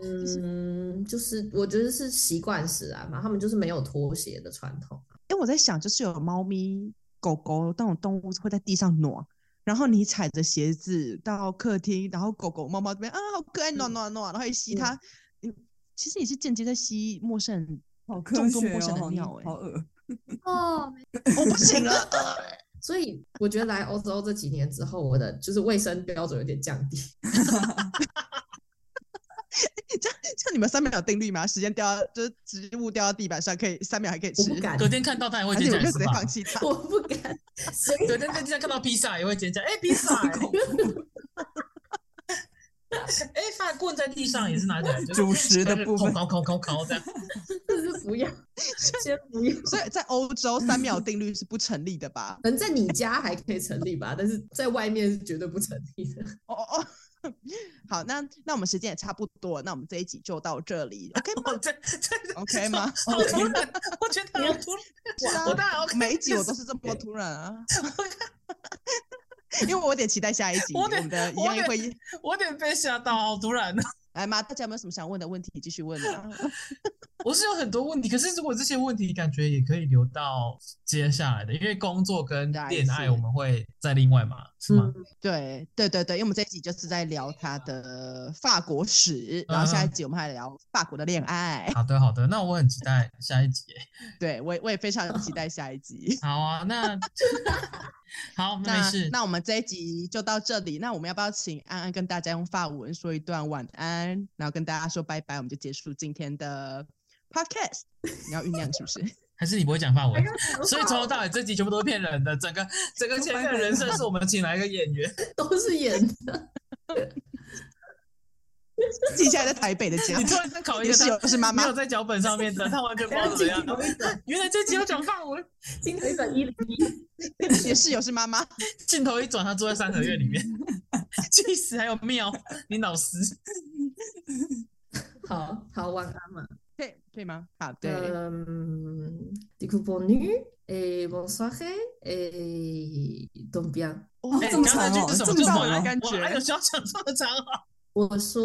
[SPEAKER 3] 嗯，就是我觉得是习惯使然嘛，他们就是没有拖鞋的传统。啊
[SPEAKER 1] 因为我在想，就是有猫咪、狗狗那种动物会在地上挪，然后你踩着鞋子到客厅，然后狗狗、猫猫这边啊，好可爱，
[SPEAKER 3] 嗯
[SPEAKER 1] 暖暖暖，然后一吸它，嗯，其实你是间接在吸陌生人，
[SPEAKER 2] 好科
[SPEAKER 1] 重度
[SPEAKER 2] 学
[SPEAKER 1] 陌生
[SPEAKER 2] 哦，
[SPEAKER 1] 的
[SPEAKER 2] 好
[SPEAKER 1] 尿哎、
[SPEAKER 2] 好恶。
[SPEAKER 3] 哦，
[SPEAKER 1] 我不行了，呃
[SPEAKER 3] 所以我觉得来欧洲这几年之后，我的就是卫生标准有点降低。
[SPEAKER 1] 这样这样你们三秒定律吗？时间掉到就是植物掉到地板上，可以三秒还可以
[SPEAKER 3] 我
[SPEAKER 1] 吃，
[SPEAKER 3] 不敢，
[SPEAKER 4] 隔天看到他也会
[SPEAKER 1] 还是
[SPEAKER 4] 尖
[SPEAKER 1] 你
[SPEAKER 4] 叫
[SPEAKER 1] 们就直
[SPEAKER 4] 一次
[SPEAKER 1] 接
[SPEAKER 4] 吧。
[SPEAKER 1] 放弃 它？
[SPEAKER 3] 我不敢，谁
[SPEAKER 4] 隔天在地上看到披萨也会尖叫，哎、披萨、哎 哎、饭棍在地上也是拿起来，就是
[SPEAKER 2] 主食的部分
[SPEAKER 4] 烤烤烤烤这样。
[SPEAKER 3] 就是不 要，先不要。
[SPEAKER 1] 所以在欧洲三秒定律是不成立的吧？
[SPEAKER 3] 可能在你家还可以成立吧，但是在外面是绝对不成立的。
[SPEAKER 1] 哦哦哦。好，那那我们时间也差不多，那我们这一集就到这里，OK 吗
[SPEAKER 4] 哦我这这
[SPEAKER 1] ？OK 吗？哦
[SPEAKER 4] 好突然，我觉得好突
[SPEAKER 1] 是
[SPEAKER 4] 然，我当然 OK，
[SPEAKER 1] 每一集我
[SPEAKER 4] 就
[SPEAKER 1] 都
[SPEAKER 4] 是
[SPEAKER 1] 是这么突然 啊，因为我有点期待下一集，
[SPEAKER 4] 我
[SPEAKER 1] 我
[SPEAKER 4] 有点
[SPEAKER 1] 们的一
[SPEAKER 4] 我有
[SPEAKER 1] 样
[SPEAKER 4] 点
[SPEAKER 1] 会
[SPEAKER 4] 我有点被吓到，好突然。啊
[SPEAKER 1] 来嘛。大家有没有什么想问的问题？继续问啊。
[SPEAKER 4] 我是有很多问题，可是如果这些问题感觉也可以留到接下来的，因为工作跟
[SPEAKER 1] 当然
[SPEAKER 4] 恋爱
[SPEAKER 1] 是
[SPEAKER 4] 我们会再另外嘛，是吗？
[SPEAKER 1] 对对对对，因为我们这一集就是在聊他的法国史，然后下一
[SPEAKER 4] 嗯
[SPEAKER 1] 集我们还聊法国的恋爱。
[SPEAKER 4] 好的，好的，那我很期待下一集耶。
[SPEAKER 1] 对我也我也非常期待下一集。
[SPEAKER 4] 好啊， 那好，没
[SPEAKER 1] 那
[SPEAKER 4] 事。
[SPEAKER 1] 那我们这一集就到这里。那我们要不要请安安跟大家用法文说一段晚安，然后跟大家说拜拜，我们就结束今天的 podcast，你要酝酿是不 是？
[SPEAKER 4] 还是你不会讲法
[SPEAKER 3] 哎
[SPEAKER 4] 文
[SPEAKER 3] 呀？
[SPEAKER 4] 哦所以从头到尾这集全部都是骗人的，整个整个
[SPEAKER 2] 都
[SPEAKER 4] 前
[SPEAKER 2] 白
[SPEAKER 4] 面
[SPEAKER 2] 白
[SPEAKER 4] 人
[SPEAKER 2] 的
[SPEAKER 4] 设是我们请来一个演 员，
[SPEAKER 3] 都是 演的，
[SPEAKER 1] 自己现在在台北的节目
[SPEAKER 4] 你，突然考一
[SPEAKER 1] 也
[SPEAKER 4] 个
[SPEAKER 1] 是
[SPEAKER 4] 他
[SPEAKER 1] 有是妈
[SPEAKER 4] 没
[SPEAKER 1] 妈
[SPEAKER 4] 有，在脚本上面 的，他完全不知道
[SPEAKER 3] 然后镜
[SPEAKER 4] 哦怎么样。
[SPEAKER 3] 头一转，
[SPEAKER 4] 原来这集要讲法文，
[SPEAKER 3] 镜头一转一零一，
[SPEAKER 1] 也是有是妈妈，
[SPEAKER 4] 镜头一转，他坐在三合 院里面，气死！还有妙，你老师，
[SPEAKER 3] 好好晚安嘛。
[SPEAKER 1] 对对吗？好，对，
[SPEAKER 3] 嗯，du coup bonne nuit et bonne soirée et donc bien。
[SPEAKER 2] 哦
[SPEAKER 4] 哎，
[SPEAKER 2] 这么
[SPEAKER 4] 刚才
[SPEAKER 2] 长
[SPEAKER 4] 句
[SPEAKER 2] 哦，
[SPEAKER 4] 是什
[SPEAKER 2] 这
[SPEAKER 4] 么？哎
[SPEAKER 2] 么
[SPEAKER 4] 就
[SPEAKER 1] 么
[SPEAKER 4] 是
[SPEAKER 1] 长哦感
[SPEAKER 2] 长哦
[SPEAKER 4] 我还我还
[SPEAKER 1] 觉
[SPEAKER 4] 有想讲这么长啊！
[SPEAKER 3] 我说。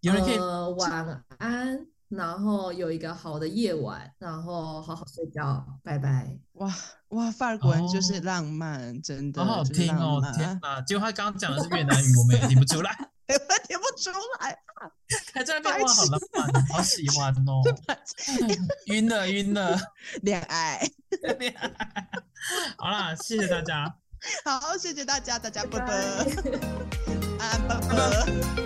[SPEAKER 4] 有人可以
[SPEAKER 3] 呃，晚安，然后有一个好的夜晚，然后好好睡觉，拜拜。
[SPEAKER 1] 哇哇，法国人就是
[SPEAKER 4] 哦
[SPEAKER 1] 浪漫，真的，
[SPEAKER 4] 好好
[SPEAKER 1] 就是
[SPEAKER 4] 听
[SPEAKER 1] 浪！
[SPEAKER 4] 哦
[SPEAKER 1] 漫
[SPEAKER 2] 啊
[SPEAKER 4] 天哪，结果他刚刚讲的是越南语，我们也听不出来，
[SPEAKER 1] 哎我 听不出来，
[SPEAKER 4] 还在那边哇，好浪漫，好喜欢 哦！晕了，晕了，
[SPEAKER 1] 恋爱。
[SPEAKER 4] 好啦，谢谢大家。
[SPEAKER 1] 好，谢谢大家，大家啵啵，
[SPEAKER 3] 拜拜
[SPEAKER 1] 安安啵啵。